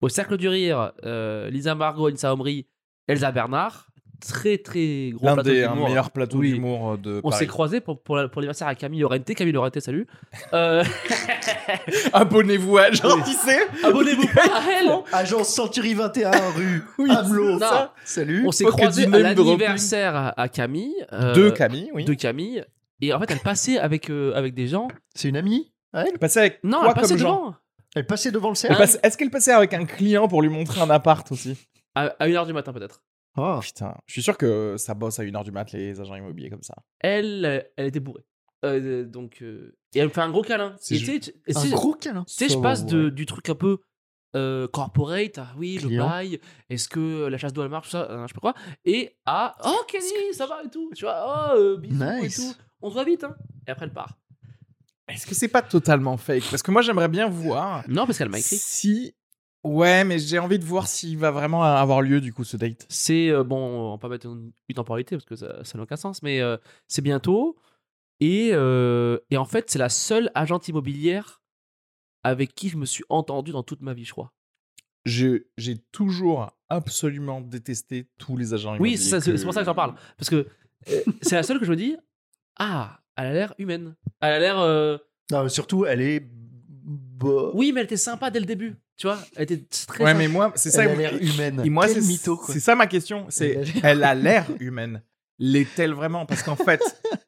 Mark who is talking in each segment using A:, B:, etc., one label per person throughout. A: au Cercle du Rire. euh, Lisa Margot, Insa Omri, Elsa Bernard. Très, très gros
B: L'un
A: plateau
B: des
A: d'humour.
B: meilleurs plateaux
A: Oui.
B: d'humour euh, de
A: On s'est
B: Paris.
A: croisés pour, pour, la- pour l'anniversaire à Camille Laurenté. Camille Laurenté, salut. Euh,
B: Abonnez-vous à Jean-Tissé.
A: Abonnez-vous pas à elle.
C: Agence Century 21 rue
B: Oui,
C: Hamelot.
A: c'est ça.
C: Salut.
A: Ah, On s'est
B: Faut que
A: croisés
B: du
A: à
B: name dropping.
A: l'anniversaire à Camille. euh,
B: De Camille, oui.
A: de Camille. Et en fait, elle passait avec, euh, avec des gens.
C: C'est une amie à elle
B: Elle passait avec
A: Non,
B: quoi
A: elle passait
B: comme gens
A: devant.
C: Elle passait devant le
B: Elle
C: cercle.
B: passe- Est-ce qu'elle passait avec un client pour lui montrer un appart aussi
A: À, à 1h du matin, peut-être. Oh.
C: Ah.
B: Putain, je suis sûr que ça bosse à 1h du mat les agents immobiliers comme ça.
A: Elle, euh, elle était bourrée. Euh, euh, donc, euh, et elle me fait un gros câlin.
B: C'est
A: Et tu sais, tu- et tu
C: Un
A: sais-
C: gros
B: hein.
C: câlin.
A: tu sais, je passe de, du truc un peu euh, corporate, ah oui, le
C: Client.
A: bail, est-ce que la chasse d'eau elle marche, tout ça, euh, je sais pas quoi, et à Oh, Kenny, ça va et tout, tu vois, oh, euh, bisous
C: Nice.
A: et tout, on se voit vite, hein. Et après, elle part.
B: Est-ce que c'est pas totalement fake Parce que moi j'aimerais bien voir
A: Non, parce qu'elle m'a écrit.
B: si Ouais, mais j'ai envie de voir s'il va vraiment avoir lieu du coup ce date.
A: C'est euh, bon, on va pas mettre une, une temporalité parce que ça ça n'a aucun sens, mais euh, c'est bientôt. Et, euh, et en fait, c'est la seule agente immobilière avec qui je me suis entendu dans toute ma vie, je crois.
B: Je- J'ai toujours absolument détesté tous les agents
A: Oui,
B: immobiliers
A: c'est ça, c'est c'est pour ça que j'en parle. Parce que euh, c'est la seule que je me dis Ah, elle a l'air humaine. Elle a l'air. euh,
C: Non, mais surtout, elle est. bo-
A: Oui, mais elle était sympa dès le début. Tu vois, elle était très.
B: Ouais,
A: sympa.
B: mais moi, c'est
C: Elle
B: ça.
C: a l'air humaine.
B: Et moi,
C: Quel
B: c'est
C: mytho, quoi.
B: c'est ça ma question. C'est elle a l'air humaine. L'est-elle vraiment Parce qu'en fait,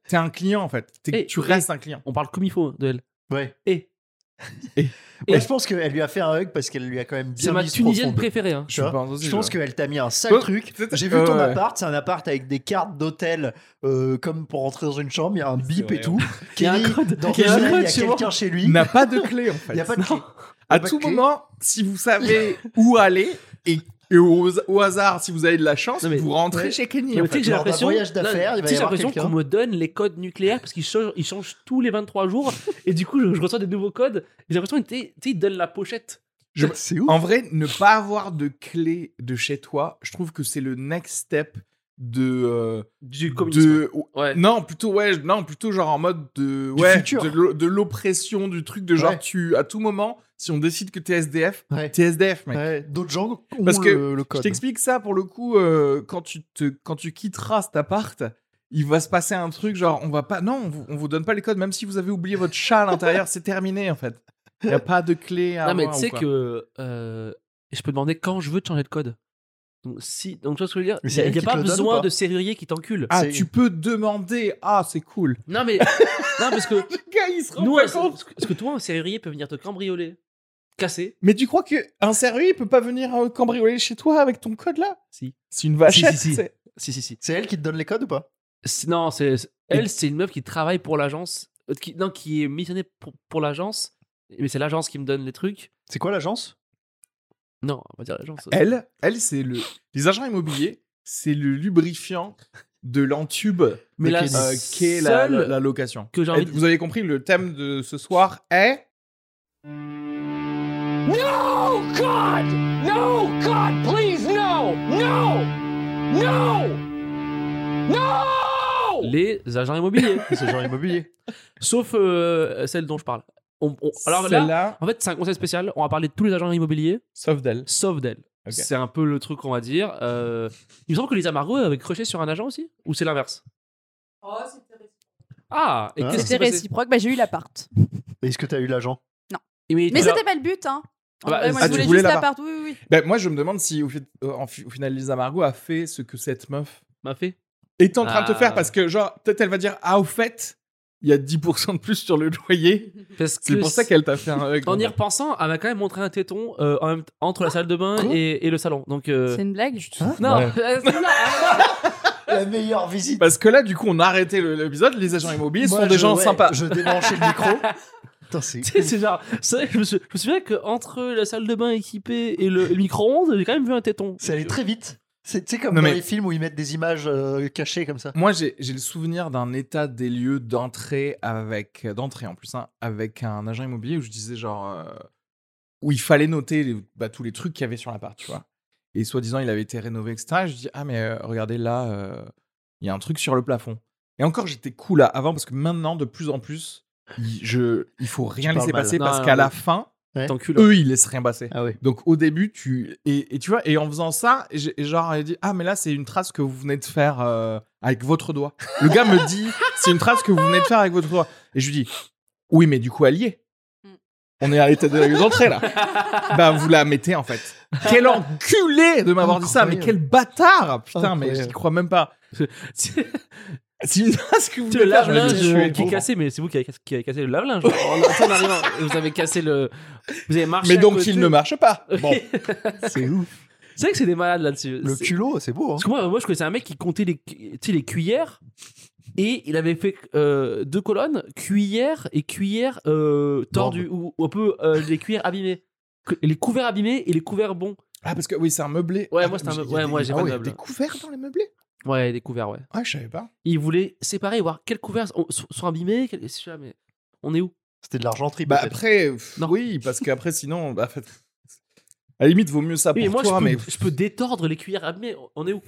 B: t'es un client en fait. T'es-
A: Et-
B: tu restes un client.
A: On parle comme il faut de elle.
C: Ouais.
A: Et
C: Moi, je pense qu'elle lui a fait un hug parce qu'elle lui a quand même
A: c'est
C: bien
A: ma
C: mis ce
A: tunisienne
C: profond.
A: préférée. hein.
C: Tu vois,
B: pense aussi,
C: Je pense
B: ouais.
C: qu'elle t'a mis un sale
B: Bon,
C: truc.
B: c'est-
C: J'ai vu
B: ouais,
C: ton
B: ouais.
C: appart, c'est un appart avec des cartes d'hôtel euh, comme pour entrer dans une chambre, il y a un bip
B: vrai,
C: et tout.
A: hein. Il y a un
C: Kenny,
A: code-
C: dans
A: il y a
C: sa
A: un
C: chambre,
A: code
C: il y a
A: chez moi.
C: quelqu'un chez lui.
B: Il n'a pas de clé en
C: Il
B: fait.
C: n'y a pas de clé.
B: à
C: pas de
B: tout
C: clé.
B: moment, si vous savez où aller et, et au, au hasard, si vous avez de la chance,
A: Non, mais-
B: vous rentrez
C: Ouais.
B: chez Kenny.
A: Non,
B: en
A: mais tu sais
B: fait.
A: que j'ai
C: lors d'un
A: l'impression.
C: voyage d'affaires,
A: non,
C: il
A: tu
C: va
A: sais, j'ai
C: y avoir
A: l'impression
C: quelqu'un.
A: qu'on me donne les codes nucléaires parce qu'ils changent, ils changent tous les 23 jours et du coup je, je reçois des nouveaux codes. J'ai l'impression qu'ils tu sais, ils donnent la pochette.
B: Je-
C: C'est ouf.
B: En vrai, ne pas avoir de clé de chez toi, je trouve que c'est le next step de euh,
A: Du communisme.
B: de
A: Ouais.
B: non plutôt ouais non plutôt genre en mode de
C: Du
B: ouais
C: futur.
B: de l'o- de l'oppression du truc de genre
C: Ouais.
B: tu à tout moment si on décide que t'es SDF
C: Ouais.
B: t'es SDF mec
C: Ouais, D'autres gens ont
B: Parce que
C: le, le
B: je
C: code.
B: t'explique ça pour le coup euh, quand tu te quand tu quitteras cet appart il va se passer un truc genre on va pas non on vous, on vous donne pas les codes même si vous avez oublié votre chat à l'intérieur c'est terminé en fait il y a pas de clé à
A: Non, mais
B: avoir
A: tu
B: ou
A: sais
B: quoi.
A: que euh, je peux demander quand je veux te changer de code. Donc, si, donc tu vois ce que je veux dire
C: Mais
A: Il
C: c'est elle
A: n'y a,
C: qui
A: pas
C: te le donne ou
A: besoin
C: pas
A: de serrurier qui t'encule.
B: ah
C: c'est-
B: tu peux demander ah c'est cool
A: Non, mais. non, parce que
B: le gars il se rend
A: nous,
B: pas
A: parce
B: compte.
A: que- parce que toi, un serrurier peut venir te cambrioler, casser.
B: mais tu crois que un sérieux il peut pas venir euh, cambrioler chez toi avec ton code là
A: Si.
B: c'est une vachette
A: Si, si, si.
B: c'est-
A: Si, si, si.
C: C'est elle qui te donne les codes ou pas
A: C'est- Non, c'est c'est- elle, c'est une meuf qui travaille pour l'agence, euh, qui, non, qui est missionnée pour, pour l'agence, mais c'est l'agence qui me donne les trucs.
C: C'est quoi l'agence
A: Non, on va dire l'agence.
B: Elle, elle c'est le. Les agents immobiliers, c'est le lubrifiant de l'entube
A: Mais la
B: euh, qu'est la,
A: seule
B: la- la location.
A: que j'ai envie
B: Et
A: de-
B: Vous avez compris, le thème de ce soir est.
D: No, God! No, God, please, no! No! No! No!
A: les agents immobiliers,
C: C'est genre immobilier.
A: sauf euh, celle dont je parle. On- on- alors là,
B: Celle-là,
A: en fait, c'est un conseil spécial. On va parler de tous les agents immobiliers,
B: sauf d'elle.
A: sauf d'elle.
B: Ok.
A: C'est un peu le truc qu'on va dire. Euh, il me semble que Lisa Margot avait croché sur un agent aussi, ou c'est l'inverse
E: Oh, c'était réciproque.
A: Ah, et
C: Ah.
A: qu'est-ce qui
E: C'était
A: s'est passé
E: réciproque. Bah, j'ai eu l'appart.
C: Est-ce que t'as eu l'agent
E: Mais
A: alors-
E: c'était pas le but, hein. En
A: Bah,
E: vrai, moi,
A: ah,
E: je
A: tu
E: voulais
B: voulais
E: juste
B: l'appart.
E: l'appart. Oui, oui, oui.
B: Ben, moi, je me demande si au, fi- euh, en fi- au final, Lisa Margot a fait ce que cette meuf
A: m'a fait.
B: est en train de te
A: Ah.
B: faire parce que, genre, peut-être elle va dire Ah, au fait, il y a 10% de plus sur le loyer.
A: Parce
B: C'est
A: que
B: pour ça qu'elle t'a fait un hug.
A: En y repensant, elle m'a quand même montré un téton euh, en même t- entre la salle de bain
C: Quoi
A: et, et le salon. Donc euh,
E: C'est une blague.
A: non,
B: Ouais.
A: c'est non.
C: La meilleure visite.
B: Parce que là, du coup, on a arrêté le- l'épisode. Bah, Les agents immobiliers
C: Moi,
B: sont des
C: je-
B: gens
C: ouais,
B: sympas.
C: Je débranchais le micro. Putain, c'est
A: Tu sais, c'est genre, c'est vrai que je me, sou- je me souviens que entre la salle de bain équipée et le le micro-ondes, j'ai quand même vu un téton.
C: C'est allé très vite. C'est tu sais, comme
B: Non,
C: dans
B: mais-
C: les films où ils mettent des images euh, cachées comme ça.
B: Moi, j'ai j'ai le souvenir d'un état des lieux d'entrée avec d'entrée en plus hein, avec un agent immobilier où je disais genre euh, où il fallait noter les- bah, tous les trucs qu'il y avait sur l'appart, tu vois. Et soi-disant, il avait été rénové, etc. Et je dis ah mais euh, regardez là, euh, il y a un truc sur le plafond. Et encore, j'étais cool là avant parce que maintenant, de plus en plus, il, je, il faut rien
C: parles
B: laisser
C: mal.
B: passer
A: Non,
B: parce
A: non,
B: qu'à
A: mais-
B: la fin,
C: Ouais.
A: Ton cul.
B: eux, ils laissent rien passer.
C: Ah ouais.
B: Donc au début, tu et, et tu vois et en faisant ça, j'ai- genre elle dit ah mais là c'est une trace que vous venez de faire euh, avec votre doigt. Le gars me dit c'est une trace que vous venez de faire avec votre doigt et je lui dis oui mais du coup elle y est.
A: Mm.
B: On est à l'état de la lieu d'entrée là. bah vous la mettez en fait. Quel enculé de m'avoir dit ça mais
C: Incroyable.
B: quel bâtard putain mais
C: Incroyable.
B: j'y crois même pas.
A: C'est
B: C'est une trace que vous
A: le
B: venez de faire. Je me dis, je suis
A: lave-linge qui est
B: pauvre.
A: cassé, mais c'est vous qui avez, cassé- qui avez cassé le lave-linge. En- en arrivant, vous avez cassé le. Vous avez marché.
B: Mais
A: à
B: donc
A: côté.
B: il ne marche pas. Bon.
A: Oui.
C: C'est ouf.
A: c'est vrai que c'est des malades là-dessus.
C: Le
A: C'est-
C: culot, c'est beau. hein.
A: Parce que moi, moi, je connaissais un mec qui comptait les, cu- tu sais, les cuillères et il avait fait euh, deux colonnes, cuillère et cuillère euh, tordue, ou, ou un peu euh, les cuillères abîmées. Que- Les couverts abîmés et les couverts bons.
B: Ah parce que oui c'est un meublé.
A: Ouais,
B: Ah,
A: moi, c'est un
B: j'ai- il y
A: meublé.
B: a
A: Ouais,
B: des-
A: moi, j'ai
B: ah
A: pas de
B: il y a
A: meuble.
B: Des couverts dans les meublés.
A: Ouais, des couverts, ouais.
B: Ah je savais pas.
A: Il voulait séparer, voir quels couverts sont, sont- sont abîmés, quels- je sais pas, mais on est où
C: C'était de l'argenterie.
B: Bah
C: peut-être.
B: après, pff,
A: Non.
B: oui, parce qu'après, sinon, bah, en fait, À la limite, vaut mieux ça pour
A: Oui, mais moi,
B: toi,
A: je, peux,
B: mais
A: je peux détordre les cuillères abîmées. On est où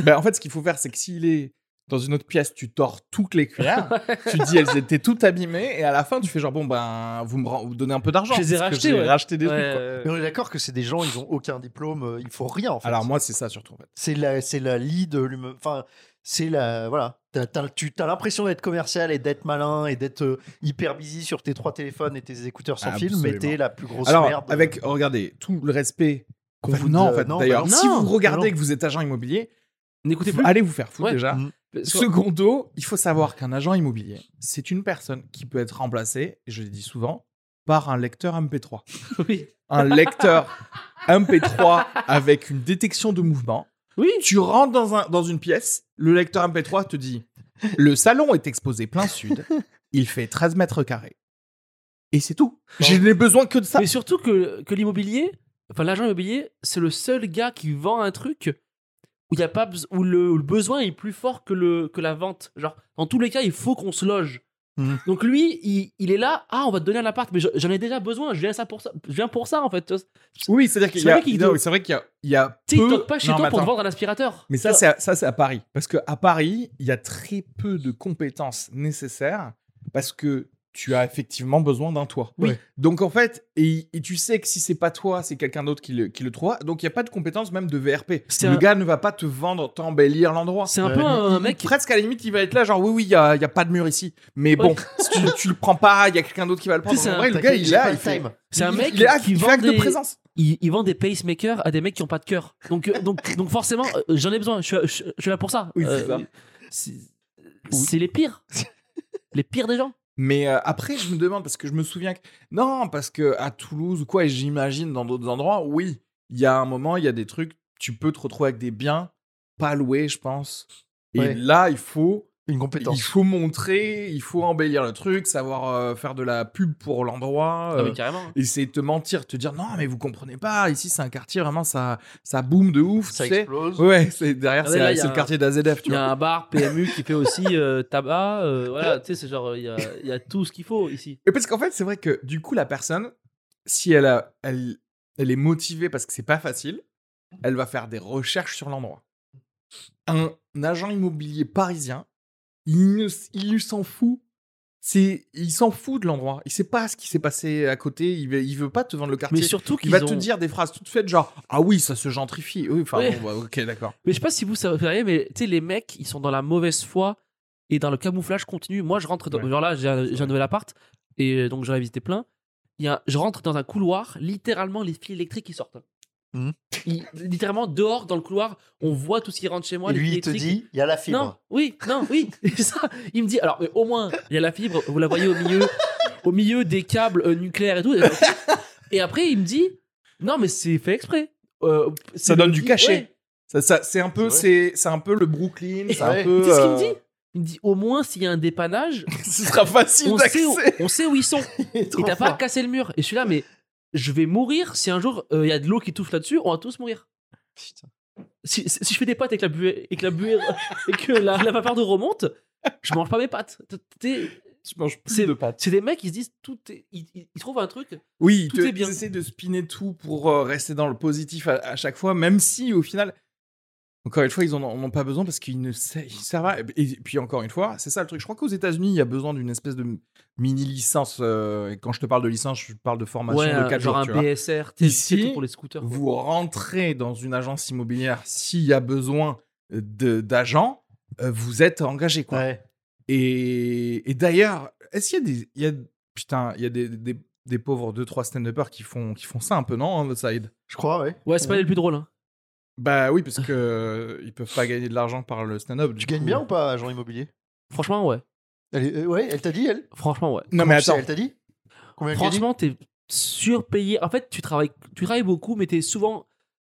B: Ben, en fait, ce qu'il faut faire, c'est que s'il est dans une autre pièce, tu tords toutes les cuillères,
C: Ah.
B: tu dis elles étaient toutes abîmées, et à la fin, tu fais genre, bon, ben, vous me ren- vous donnez un peu d'argent.
A: Je les ai
B: parce que
A: rachetées,
B: j'ai
A: ouais.
B: racheté des
A: Ouais,
B: trucs, quoi.
A: ouais,
C: Mais
A: ouais.
C: on est d'accord que c'est des gens, ils ont aucun diplôme, euh, ils font rien en fait.
B: Alors, moi, c'est ça surtout. En fait.
C: c'est la, c'est la lead, l'humain. Enfin, c'est la. Voilà. T'as, t'as- tu as l'impression d'être commercial et d'être malin et d'être euh, hyper busy sur tes trois téléphones et tes écouteurs sans fil, mais
B: Absolument.
C: t'es la plus grosse
B: Alors,
C: merde.
B: avec, oh, regardez, tout le respect qu'on
C: Enfin,
B: vous donne, en
C: euh,
B: fait,
C: non,
B: d'ailleurs.
C: bah
B: si
A: non,
B: vous regardez
C: non.
B: que vous êtes agent immobilier,
A: N'écoutez
B: vous-
A: plus.
B: allez vous faire foutre
A: Ouais.
B: déjà.
C: Mm.
A: Parce que-
B: Secondo, il faut savoir qu'un agent immobilier, c'est une personne qui peut être remplacée, je le dis souvent, par un lecteur MP3.
A: Oui.
B: Un lecteur MP3 avec une détection de mouvement.
A: Oui.
B: Tu rentres dans, un- dans une pièce, le lecteur MP3 te dit Le salon est exposé plein sud, il fait 13 mètres carrés. Et c'est tout. Je n'ai besoin que de ça.
A: Mais surtout que, que l'immobilier, enfin l'agent immobilier, c'est le seul gars qui vend un truc où, il y a pas bes- où, le, où le besoin est plus fort que, le, que la vente. Genre, dans tous les cas, il faut qu'on se loge.
B: Mmh.
C: Mhm.
A: Donc lui, il, il est là, ah, on va te donner un appart, mais je- j'en ai déjà besoin, je viens, ça pour ça, je viens pour ça en fait. Tu vois.
B: Oui, c'est-à-dire qu'il
A: C'est
B: y a,
A: vrai qu'il
B: non,
A: doit-
B: c'est vrai qu'il y a, il y a
A: Tu sais, il
B: peu-
A: toque pas chez
B: Non,
A: toi
B: mais
A: pour te
B: attends.
A: vendre un aspirateur.
B: Mais ça,
A: Tu vois.
B: c'est à, ça, c'est à Paris. Parce qu'à Paris, il y a très peu de compétences nécessaires parce que tu as effectivement besoin d'un toit.
A: Oui.
B: Donc, en fait, et, et tu sais que si c'est pas toi, c'est quelqu'un d'autre qui le, qui le trouvera. Donc, il n'y a pas de compétences même de VRP.
A: C'est
B: Le
A: un-
B: gars ne va pas te vendre, t'embellir l'endroit.
A: C'est un
C: Ouais.
A: peu un, un
B: Il-
A: mec.
B: Presque à la limite, il va être là, genre, oui, oui, il n'y a, il y a pas de mur ici. Mais bon,
A: Ouais.
B: si tu, tu le prends pas, il y a quelqu'un d'autre qui va le prendre.
A: C'est
B: En
A: un-
B: vrai, le
C: T'inquiète,
B: gars, il est
C: j'ai
B: là,
C: pas
B: il
C: le
B: fait-
C: time.
A: C'est un
B: il-
A: mec
B: il est là,
A: qui
B: il fait
A: vend
B: acte de
A: des-
B: présence.
A: il, il vend des pacemakers à des mecs qui ont pas de cœur. Donc, euh, donc, donc forcément, euh, j'en ai besoin. Je, suis- je- je suis là pour ça. Euh,
B: Oui, c'est ça.
A: c'est c'est les pires. les pires des gens.
B: Mais euh, après, je me demande parce que je me souviens que non, parce que à Toulouse ou quoi, et j'imagine dans d'autres endroits, oui, il y a un moment, il y a des trucs, tu peux te retrouver avec des biens pas loués, je pense. Et
C: Ouais.
B: là, il faut,
C: Une
B: il
C: compétence.
B: faut montrer, il faut embellir le truc, savoir euh, faire de la pub pour
A: Ah,
B: l'endroit. euh,
A: carrément.
B: Essayer de te mentir, te dire non, mais vous comprenez pas, ici c'est un quartier vraiment ça, ça boom de ouf,
C: Ça
B: tu sais.
C: explose.
B: Ouais, c'est derrière,
A: Ah, mais
B: c'est
A: là, il y a
B: c'est
A: un-
B: le quartier d'AZF, tu
A: Il y
B: vois.
A: a un bar PMU qui fait aussi euh, tabac. euh, voilà, tu sais, c'est genre, il y a, il y a tout ce qu'il faut ici.
B: Et parce qu'en fait, c'est vrai que du coup, la personne, si elle, a- elle, elle est motivée parce que c'est pas facile, elle va faire des recherches sur l'endroit. Un agent immobilier parisien, il, ne, s- il lui s'en fout. C'est, il s'en fout de l'endroit. Il sait pas ce qui s'est passé à côté. Il veut, il veut pas te vendre le quartier.
A: Mais surtout
B: il
A: qu'ils
B: va
A: ont...
B: te dire des phrases toutes faites genre ah oui ça se gentrifie. Oui, enfin
A: Ouais.
B: bon, bah, ok d'accord.
A: Mais je sais pas si vous savez, mais tu sais, les mecs, ils sont dans la mauvaise foi et dans le camouflage continu. Moi, je rentre dans.
B: Ouais.
A: Genre là, j'ai un, j'ai un nouvel appart et euh, donc j'en ai visité plein. Il y a, je rentre dans un couloir, littéralement, les fils électriques qui sortent.
C: Mhm.
A: Ils- littéralement, dehors, dans le couloir, on voit tout ce qui rentre chez moi.
C: Et
A: les
C: lui,
A: fils
C: il te
A: électriques.
C: dit, il y a la
A: Non,
C: fibre.
A: oui, non, oui. Et ça, il me dit, alors, mais au moins, il y a la fibre, vous la voyez au milieu, au milieu des câbles euh, nucléaires et tout. Et après, il me dit, non, mais c'est fait exprès. Euh, c'est
B: donne
A: le-
B: du cachet.
A: ouais.
B: Ça, ça- c'est un peu
C: C'est
B: c'est, c'est un peu le Brooklyn.
A: Et
B: C'est un
C: ouais.
B: peu.
A: Tu sais ce qu'il me
B: euh,
A: dit Il me dit au moins s'il y a un dépannage,
B: Ce sera facile
A: on
B: d'accès.
A: sait, où, on sait où ils sont.
C: Il est
A: Et
C: trop
A: t'as pas à
C: fort.
A: casser le mur. Et je suis là, mais je vais mourir si un jour euh, il y a de l'eau qui touche là-dessus, on va tous mourir.
C: Putain.
A: Si, si- si je fais des pâtes et que la buée, et que, la buée- et que la, la vapeur d'eau remonte, je mange pas mes pâtes. T'es- t'es-
B: Tu manges plus
A: C'est-
B: de pâtes.
A: C'est des mecs qui se disent tout est- ils, ils- ils trouvent un truc.
B: Oui,
A: Tout
B: te-
A: est bien.
B: ils essaient de spinner tout pour euh, rester dans le positif à, à chaque fois, même si au final, encore une fois, ils en ont, en ont pas besoin parce qu'ils ne sa- ils servent à- Et puis encore une fois, c'est ça le truc. Je crois qu'aux États-Unis, il y a besoin d'une espèce de mini licence. euh, et quand je te parle de licence, je parle de formation
A: Ouais,
B: de 4
A: genre
B: jours.
A: un
B: tu vois.
A: PSR, t'es-
B: Ici,
A: c'est tout pour les scooters. quoi.
B: Vous rentrez dans une agence immobilière s'il y a besoin euh, de- d'agents, euh, vous êtes engagé quoi.
C: Ouais.
B: Et, et d'ailleurs, est-ce qu'il y a des. il y a- putain, il y a des, des- des pauvres 2-3 stand-uppers qui font, qui font ça un peu, non, on the side
C: Je crois, ouais.
A: Ouais, c'est pas les plus drôles. hein.
B: Bah oui, parce que euh, ils peuvent pas gagner de l'argent par le stand-up. du
C: Tu gagnes
B: coup. euh,
C: bien ou pas, agent immobilier
A: Franchement, ouais.
C: elle est- euh, Ouais, elle t'a dit, elle
A: Franchement, ouais.
B: Non,
C: Comment
B: mais
C: tu sais,
B: attends.
C: Elle t'a dit
B: Euh,
C: Combien elle t'a dit
A: Franchement, t'es surpayé. En fait, tu travailles, tu travailles beaucoup, mais t'es souvent.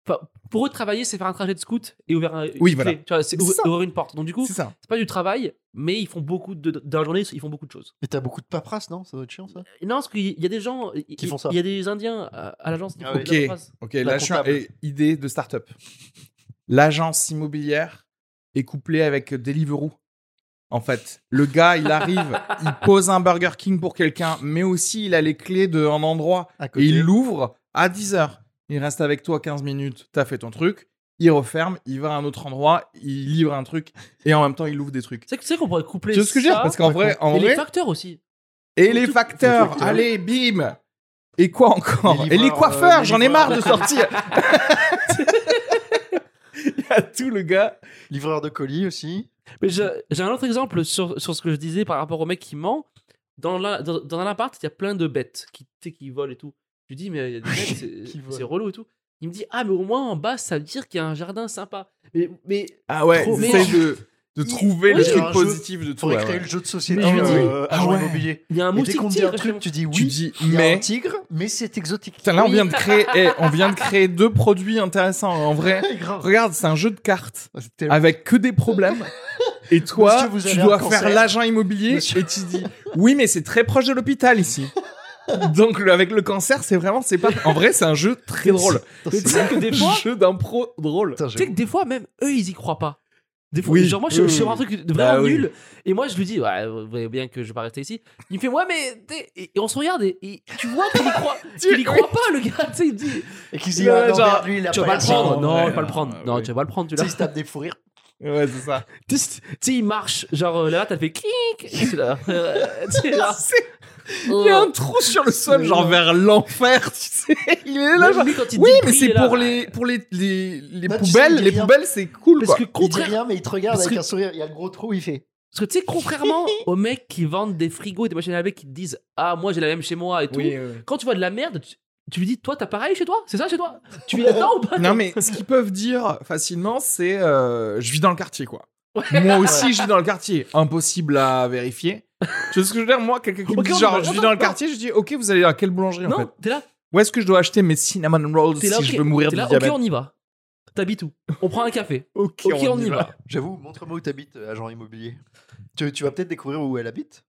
A: Enfin, pour eux, travailler, c'est faire un trajet de scout et ouvrir un.
B: Oui,
A: tu
B: voilà.
A: sais, tu vois, c'est
B: C'est
A: ouvrir,
B: ça.
A: ouvrir une porte. Donc, du coup,
B: C'est ça.
A: c'est pas du travail, mais ils font beaucoup de. Dans la journée, ils font beaucoup de choses.
C: Mais t'as beaucoup de paperasse, non Ça doit être chiant, ça.
A: Et Euh, non, parce qu'il y a des gens. Qui
C: font ça.
A: Il y a des Indiens à, à l'agence. qui
C: Ah
A: font
C: oui.
A: de la
B: Ok.
A: paperasse.
B: Ok,
C: La
B: là, je suis un-
C: comptable.
B: et idée de start-up. L'agence immobilière est couplée avec Deliveroo. En fait, le gars, il arrive, il pose un Burger King pour quelqu'un, mais aussi il a les clés d'un endroit
C: À
B: et
C: côté.
B: il l'ouvre à 10h. il reste avec toi 15 minutes, t'as fait ton truc, il referme, il va à un autre endroit, il livre un truc, et en même temps, il ouvre des trucs.
A: C'est que- c'est qu'on pourrait coupler.
B: Tu vois ce que je veux dire
A: ça
B: Parce qu'en vrai, en
A: et les
B: vrai,
A: facteurs aussi.
B: et les
A: tout-
B: facteurs,
C: facteurs.
B: allez, bim Et quoi encore
C: Les
B: Et les
C: livreurs,
B: coiffeurs,
C: euh,
B: j'en
C: les
B: ai marre de
C: livreurs.
B: sortir Il y a tout le gars.
C: Livreur de colis aussi.
A: Mais je- j'ai un autre exemple sur, sur ce que je disais par rapport au mec qui ment. Dans, la, dans, dans un appart, il y a plein de bêtes qui, tu sais, qui volent et tout. Je lui dis, mais il y a des bêtes, c'est-
C: Qui volent.
A: c'est relou et tout. Il me dit, ah, mais au moins en bas, ça veut dire qu'il y a un jardin sympa. Mais, mais
B: Ah ouais,
A: Trop
B: j'essaie
A: mort.
B: de, de trouver le
A: Oui.
B: truc
C: Un jeu.
B: positif de
C: Il
B: tout.
C: faudrait
B: ouais,
C: créer
B: ouais.
C: le jeu de société
A: Mais je dis-
C: euh,
B: Ah
C: agent
B: ouais.
C: immobilier.
A: il y a un
C: Et dès
A: moustique
C: qu'on dit
A: tigre,
C: un truc,
A: justement.
C: tu dis
B: Tu
C: oui,
B: dis,
C: il y a un
B: mais...
C: tigre, mais c'est exotique.
B: Putain, là, on vient, de créer, eh, on vient de créer deux produits intéressants, en vrai.
C: Grave.
B: Regarde, c'est un jeu de cartes
C: Ah, C'est terrible.
B: avec que des problèmes. Et toi,
C: Monsieur, vous
B: tu
C: avez
B: dois
C: un cancer.
B: faire l'agent
A: Ah,
B: immobilier
C: Monsieur.
B: et tu dis oui, mais c'est très proche de l'hôpital ici. Donc le- avec le cancer, c'est vraiment c'est pas. En vrai, c'est un jeu très drôle.
C: Putain,
A: Mais
C: c'est-
A: tu sais que des fois,
B: jeu d'impro drôle.
C: Putain,
A: Tu sais
C: j'avoue.
A: que des fois, même eux, ils y croient pas. Des fois,
B: Oui.
A: genre, moi, je
B: Oui,
A: je suis
B: oui.
A: un truc de vraiment
B: Bah oui.
A: nul. Et moi, je lui dis, ouais, vous voyez bien que je vais pas rester ici. Il me fait, ouais, mais. t'es- Et, et on se regarde et, et tu vois qu'il y croit, qu'il y croit pas, le gars. Tu sais, il me dit,
C: Et qu'ils disent,
B: Ouais,
C: ah, non,
B: genre,
C: merde, lui, il a
A: tu vas pas le
B: l'argent,
A: prendre. Non,
B: ouais,
A: on va pas le
B: non,
A: prendre.
B: ouais,
A: Non,
B: oui.
A: tu vas pas le prendre, tu
C: Tu sais,
A: l'as.
C: il se tape des fous rires.
B: Ouais, c'est ça.
A: Tu sais, tu sais, il marche. Genre, euh, là, t'as fait clic. Et c'est là. euh, tu sais, là.
B: C'est-
A: Oh.
B: Il y a un trou sur le sol, genre vers l'enfer, tu sais. Il est là,
A: Même
B: genre.
A: lui, quand il te
B: Oui,
A: dit
B: mais
A: prie,
B: c'est
A: il est là.
B: pour les pour les les, les
C: Non, tu sais,
B: poubelles.
C: il dit
B: les
C: rien.
B: poubelles, c'est cool.
A: Parce
B: Quoi.
A: que,
C: Il dit
A: contraire,
C: rien, mais il te regarde
A: Parce
C: avec
A: que-
C: un sourire. Il y a le gros trou, il fait.
A: parce que tu sais, contrairement aux mecs qui vendent des frigos et des machines à laver qui te disent, ah, moi, j'ai la même chez moi et tout. quand tu vois de la merde, tu, tu lui dis, toi, t'as pareil chez toi C'est ça chez toi Tu vis là-dedans ou pas
B: Non, mais ce qu'ils peuvent dire facilement, c'est euh, je vis dans le quartier, quoi.
A: Ouais.
B: Moi aussi, je vis dans le quartier. Impossible à vérifier. Tu vois ce que je veux dire Moi, quelqu'un qui me
A: Ok,
B: dit
A: on
B: genre,
A: va-
B: je vis
A: attends,
B: dans le
A: non.
B: quartier, je dis, ok, vous allez à quelle boulangerie en fait
A: Non, t'es là,
B: Où est-ce que je dois acheter mes cinnamon rolls
A: t'es
B: si
A: là,
B: je
A: ok,
B: veux mourir
A: t'es
B: de
A: là, ok,
B: diabète
A: on y va. T'habites où On prend un café.
B: Ok,
A: Ok, on y va. Ah,
C: J'avoue, montre-moi où t'habites, euh, agent immobilier. Tu, tu vas peut-être découvrir où elle habite.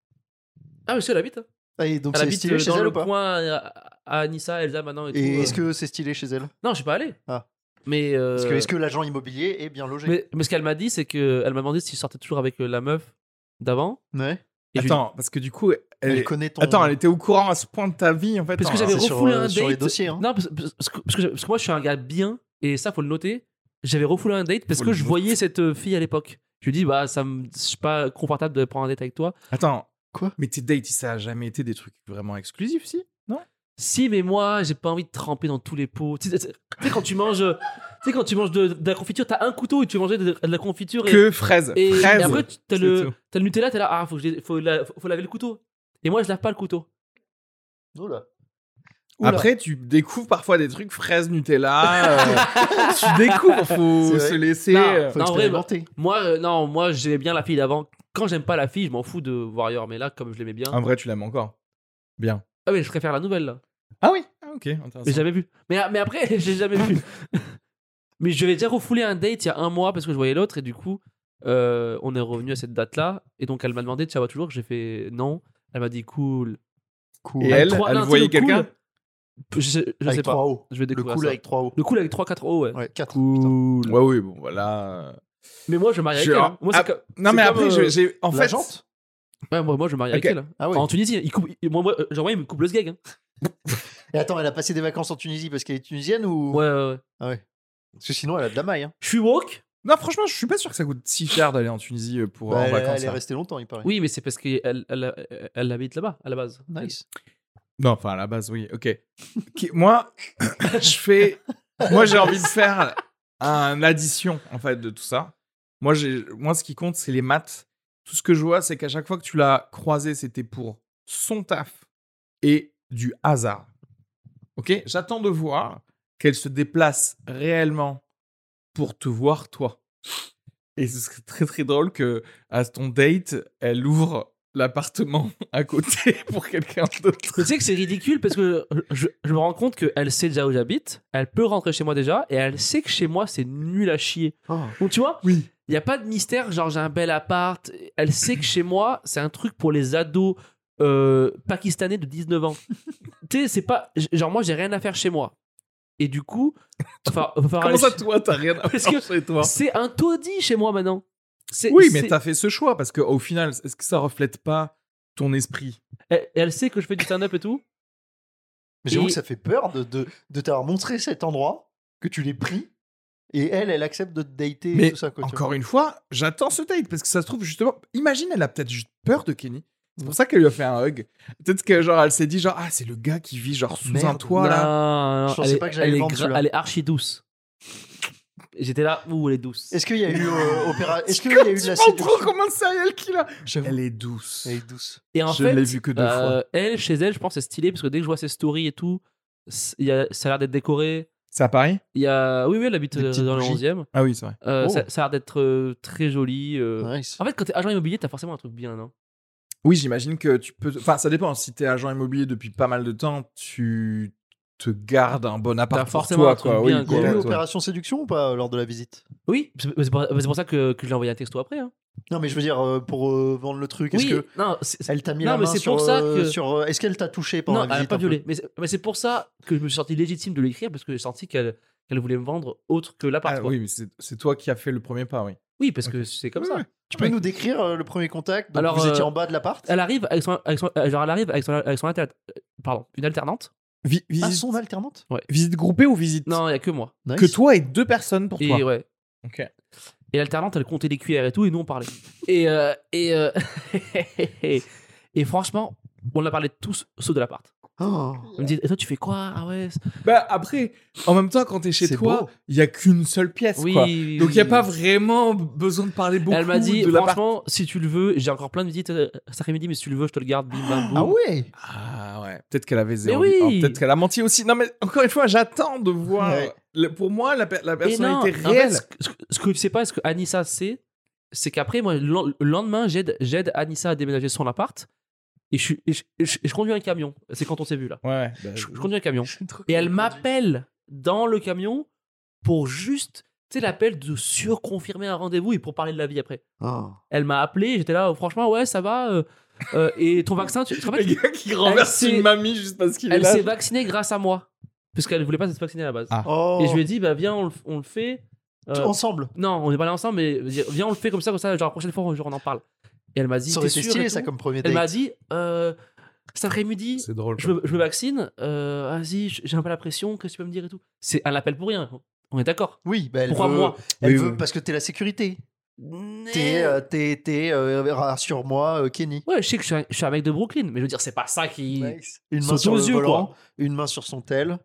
A: Ah, monsieur, elle habite. hein.
C: Ah, et donc
A: Elle
C: c'est
A: habite
C: stylé
A: euh,
C: chez
A: dans
C: elle
A: le
C: ou pas
A: coin euh, à Nissa, Elsa maintenant et,
C: Et
A: tout.
C: est-ce
A: euh.
C: que c'est stylé chez elle
A: Non, je suis pas allé.
C: Ah.
A: Mais, euh,
C: Parce que est-ce que l'agent immobilier est bien logé
A: mais, mais ce qu'elle m'a dit, c'est que elle m'a demandé si je sortais toujours avec euh, la meuf d'avant.
C: Ouais.
A: Et je lui
B: Attends, parce que du coup, elle,
C: Elle, connaît ton.
B: attends, elle était au courant à ce point de ta vie en fait.
A: Parce que
B: hein.
A: j'avais
C: c'est sur,
A: refoulé
C: euh,
A: un
C: sur les
A: date.
C: dossiers,
B: Oh.
C: hein.
A: Non, parce, parce- parce que, parce que- parce que moi je suis un gars bien, et ça faut le noter. J'avais refoulé un date parce
B: Faut
A: que
B: le
A: je
B: noter.
A: voyais cette euh, fille à l'époque. Je lui dis, bah, ça me, je suis pas confortable de prendre un date avec toi.
B: Attends,
C: Quoi
B: Mais tes dates, ça a jamais été des trucs vraiment exclusifs, si Non
A: Si, mais moi, j'ai pas envie de tremper dans tous les pots. Tu sais, tu sais- tu sais, quand tu manges, tu sais, quand tu manges de, de la confiture, t'as un couteau et tu manges de, de la confiture. Et,
B: Que fraise.
A: et, et
B: fraise.
A: après, tu- t'as
B: c'est
A: le,
B: tout.
A: t'as le Nutella, t'es là, ah, faut, que je les- faut, la- faut laver le couteau. Et moi, je lave pas le couteau.
C: Oula. Oula.
B: Après, tu découvres parfois des trucs fraises Nutella. euh, tu découvres, faut
C: C'est vrai.
B: se laisser.
A: Non,
B: euh,
C: Faut
A: Non, en vrai,
C: expérimenter.
A: Moi, euh, non, moi, j'aimais bien la fille d'avant. Quand j'aime pas la fille, je m'en fous de Warrior, mais là, comme je l'aimais bien.
B: En vrai, tu l'aimes encore. Bien.
A: Ah, mais je préfère la nouvelle, là.
B: Ah oui ah, Ok,
A: Mais
B: intéressant.
A: j'ai jamais vu. Mais, mais après, j'ai jamais vu. mais je vais déjà refouler un date il y a un mois parce que je voyais l'autre et du coup, euh, on est revenu à cette date-là. Et donc, elle m'a demandé, tu vas toujours J'ai fait non. Elle m'a dit cool.
C: Cool.
B: Et
A: Avec
B: elle,
A: trois-
B: elle
A: non, tu sais,
B: voyait
A: le cool,
B: quelqu'un
A: Je sais, je
C: Avec
A: sais pas.
C: trois hauts.
A: Je vais
C: Le
A: découvrir
C: cool
A: ça.
C: avec 3 hauts.
A: Le cool avec 3-4 hauts, ouais.
B: Ah,
C: Ouais, 4.
A: Cool.
B: Ouais, oui, bon, voilà.
A: Mais moi, je marie avec
B: Je-
A: elle. hein. Moi, c'est
B: Ah,
A: comme-
B: Non,
A: c'est
B: mais
A: comme,
B: après,
A: euh,
B: j'ai- j'ai. En
C: La
B: fait.
C: jante
A: ouais, moi, moi, je marie
B: Ok.
A: avec elle. hein.
C: Ah oui.
A: En Tunisie, il coupe, il- moi, moi, euh, genre, ouais, il me coupe le sgeg. hein.
C: Et attends, elle a passé des vacances en Tunisie parce qu'elle est tunisienne ou
A: Ouais, ouais, ouais.
C: Ah ouais. Parce que sinon, elle a de la maille. Hein.
A: Je suis woke.
B: Non, franchement, je suis pas sûr que ça coûte si cher d'aller en Tunisie euh, pour
C: Bah,
B: en
C: elle,
B: vacances.
C: elle est
B: hein.
C: restée longtemps, il paraît.
A: Oui, mais c'est parce qu'elle elle, elle- elle habite là-bas, à la base.
C: Nice.
B: Non, enfin, à la base, oui, ok. Qui- Moi, je fais. Moi, j'ai envie de faire un addition, en fait, de tout ça. Moi, j'ai... Moi ce qui compte, c'est les maths. Tout ce que je vois, c'est qu'à chaque fois que tu l'as croisé, c'était pour son taf et du hasard. Ok J'attends de voir qu'elle se déplace réellement pour te voir, toi. Et ce serait très, très drôle que, à ton date, elle ouvre l'appartement à côté pour quelqu'un d'autre.
A: Mais Tu sais que c'est ridicule parce que je, je me rends compte qu'elle sait déjà où j'habite, elle peut rentrer chez moi déjà, et elle sait que chez moi c'est nul à chier.
C: Oh.
A: Donc tu vois,
B: Oui.
A: il n'y a pas de mystère, genre j'ai un bel appart, elle sait que chez moi c'est un truc pour les ados euh, pakistanais de 19 ans. tu sais, c'est pas. Genre moi j'ai rien à faire chez moi. Et du coup, enfin, va falloir
B: Comment
A: aller
B: ça,
A: chez-
B: toi, t'as rien à
A: Parce
B: faire
A: que-
B: chez toi
A: c'est un taudis chez moi maintenant. C'est-
B: Oui, mais
A: c'est-
B: t'as fait ce choix parce qu'au final, est-ce que ça reflète pas ton esprit
A: elle, elle sait que je fais du stand-up et tout.
C: Mais
A: Et-
C: j'avoue que ça fait peur de, de, de t'avoir montré cet endroit, que tu l'aies pris, et elle, elle accepte de te dater
B: Mais
C: et tout ça. Quoi, tu vois.
B: Encore une fois, j'attends ce date parce que ça se trouve justement. Imagine, elle a peut-être juste peur de Kenny. C'est pour ça qu'elle lui a fait un hug. Peut-être que genre elle s'est dit genre ah c'est le gars qui vit genre sous un
C: Merde,
B: toit là.
A: Non, non,
C: Je
A: non,
C: pensais
A: elle
C: pas
A: est-
C: que j'allais
A: elle est
C: vendre
A: gra-
C: celui-là.
A: Elle est archi douce. J'étais là, ouh, elle est douce.
C: Est-ce qu'il y a eu euh, opéra... Est-ce qu'il y a eu de la séduction
B: comment le serial killer
C: J'avoue.
B: Elle est douce.
C: Elle est douce.
A: Et en
B: je
A: fait,
B: l'ai vu que deux
A: euh,
B: fois.
A: elle, chez elle, je pense, c'est stylé parce que dès que je vois ses stories et tout, c'est- il y a- ça a l'air d'être décoré.
B: C'est à Paris
A: Il y a... Oui, oui, elle habite
C: Des
A: euh,
C: petites
A: dans le
C: bougies.
A: 11 e
B: Ah oui c'est vrai.
C: Oh.
A: ça, ça a l'air d'être euh, très joli. euh.
C: Nice.
A: En fait, quand t'es agent immobilier, t'as forcément un truc bien, non
B: Oui j'imagine que tu peux. Enfin ça dépend. Si t'es agent immobilier depuis pas mal de temps, tu te gardes un bon appart
A: T'as
B: pour
A: Bah, forcément
B: toi
A: un truc
B: quoi.
A: bien,
B: oui,
C: Il y a eu
B: quoi.
C: opération séduction ou pas euh, lors de la visite
A: Oui, c'est c'est pour, c'est pour ça que, que je l'ai envoyé un texto après. hein.
C: Non, mais je veux dire, euh, pour euh, vendre le truc, est-ce
A: Oui,
C: que
A: non, c'est- c'est-
C: elle t'a mis
A: Non,
C: la
A: mais
C: main
A: c'est
C: sur,
A: pour ça
C: euh,
A: que-
C: sur, euh, Est-ce qu'elle t'a touché pendant
A: non,
C: la
A: elle n'a
C: visite
A: pas
C: un peu
A: violé. Mais c'est- mais c'est pour ça que je me suis senti légitime de l'écrire parce que j'ai senti qu'elle qu'elle voulait me vendre autre que l'appart.
B: Ah
A: quoi.
B: oui mais c'est c'est toi qui as fait le premier pas oui.
A: Oui, parce que c'est comme
B: Ouais,
A: ça.
B: ouais.
C: Tu peux nous décrire euh, le premier contact Donc,
A: Alors,
C: Vous étiez
A: euh,
C: en bas de l'appart
A: Elle arrive avec son, avec son- euh, genre elle arrive avec son, avec son alter- euh, pardon, une alternante.
B: Vi-
C: Ah,
B: visite,
C: son alternante
B: visite groupée ou visite
A: Bah, Non, il y a que moi.
B: que
C: Nice.
B: toi et deux personnes pour
A: et
B: toi.
A: ouais.
B: Ok.
A: Et l'alternante, elle comptait les cuillères et tout, et nous on parlait. et euh, et euh, et franchement, on a parlé de tous sauf de l'appart.
C: Oh.
A: Elle me dit, et toi tu fais quoi Ah ouais. c'est-
B: Bah après, en même temps, quand t'es chez
C: C'est
B: toi,
C: beau.
B: il y a qu'une seule pièce,
A: Oui.
B: quoi.
A: oui,
B: Donc il
A: oui.
B: y a pas vraiment besoin de parler beaucoup.
A: Elle m'a dit,
B: de l'appart-
A: franchement, si tu le veux, j'ai encore plein de visites euh, cet après-midi, mais si tu le veux, je te le garde, bim bam boum.
C: Ah ouais
B: Ah ouais. Peut-être qu'elle avait zéro.
A: Mais oui.
B: vie. Oh, Peut-être qu'elle a menti aussi. Non mais encore une fois, j'attends de voir.
C: Ouais.
B: Le- pour moi, la, pe- la
A: Et non,
B: personnalité
A: en fait,
B: réelle.
A: ce, que- ce que- ce que tu sais pas, ce que Anissa sait, c'est qu'après, moi, le len- le lendemain, j'aide, j'aide Anissa à déménager son appart et je, suis- et je, et je- et je conduis un camion. C'est quand on s'est vu là.
B: Ouais. bah,
A: Je, je conduis un camion.
C: C'est trop
A: Et elle
C: cool.
A: m'appelle dans le camion pour juste, tu sais, l'appel de surconfirmer un rendez-vous et pour parler de la vie après.
C: Oh.
A: Elle m'a appelé, j'étais là, franchement, ouais, ça va. euh, euh, et ton vaccin, tu, tu te rappelles
B: Le gars qui renverse
A: s'est-
B: une mamie juste parce qu'il est
A: Elle
B: là.
A: s'est vaccinée grâce à moi. Parce qu'elle voulait pas se vacciner à la base.
B: Ah.
C: Oh.
A: Et je lui ai dit, bah viens, on le, on le fait. Euh,
C: Ensemble.
A: non, on est pas allé ensemble, mais viens, viens, on le fait comme ça, comme ça, genre la prochaine fois, on on en parle. Et elle m'a dit,
C: Ça aurait
A: t'es
C: été
A: sûre et
C: stylé,
A: tout
C: ça, comme premier
A: Elle m'a
C: date.
A: dit, euh, cet après-midi,
B: C'est drôle.
A: je me, je me vaccine, euh, vas-y, j- j'ai un peu la pression, qu'est-ce que tu peux me dire et tout. C'est un appel pour rien, on est d'accord.
C: Oui, bah, elle
A: Pourquoi
C: veut,
A: moi
C: elle
B: Oui,
C: veut
B: oui.
C: parce que t'es la sécurité. T'es,
A: Mais-
C: euh, t'es, t'es, euh, rassure-moi, euh, Kenny.
A: Ouais, je sais que je suis, un, je suis un mec de Brooklyn, mais je veux dire, c'est pas ça qui.
C: Une main
A: Saute
C: sur
A: aux
C: le
A: yeux,
C: volant,
A: quoi. hein.
C: une main sur son tel.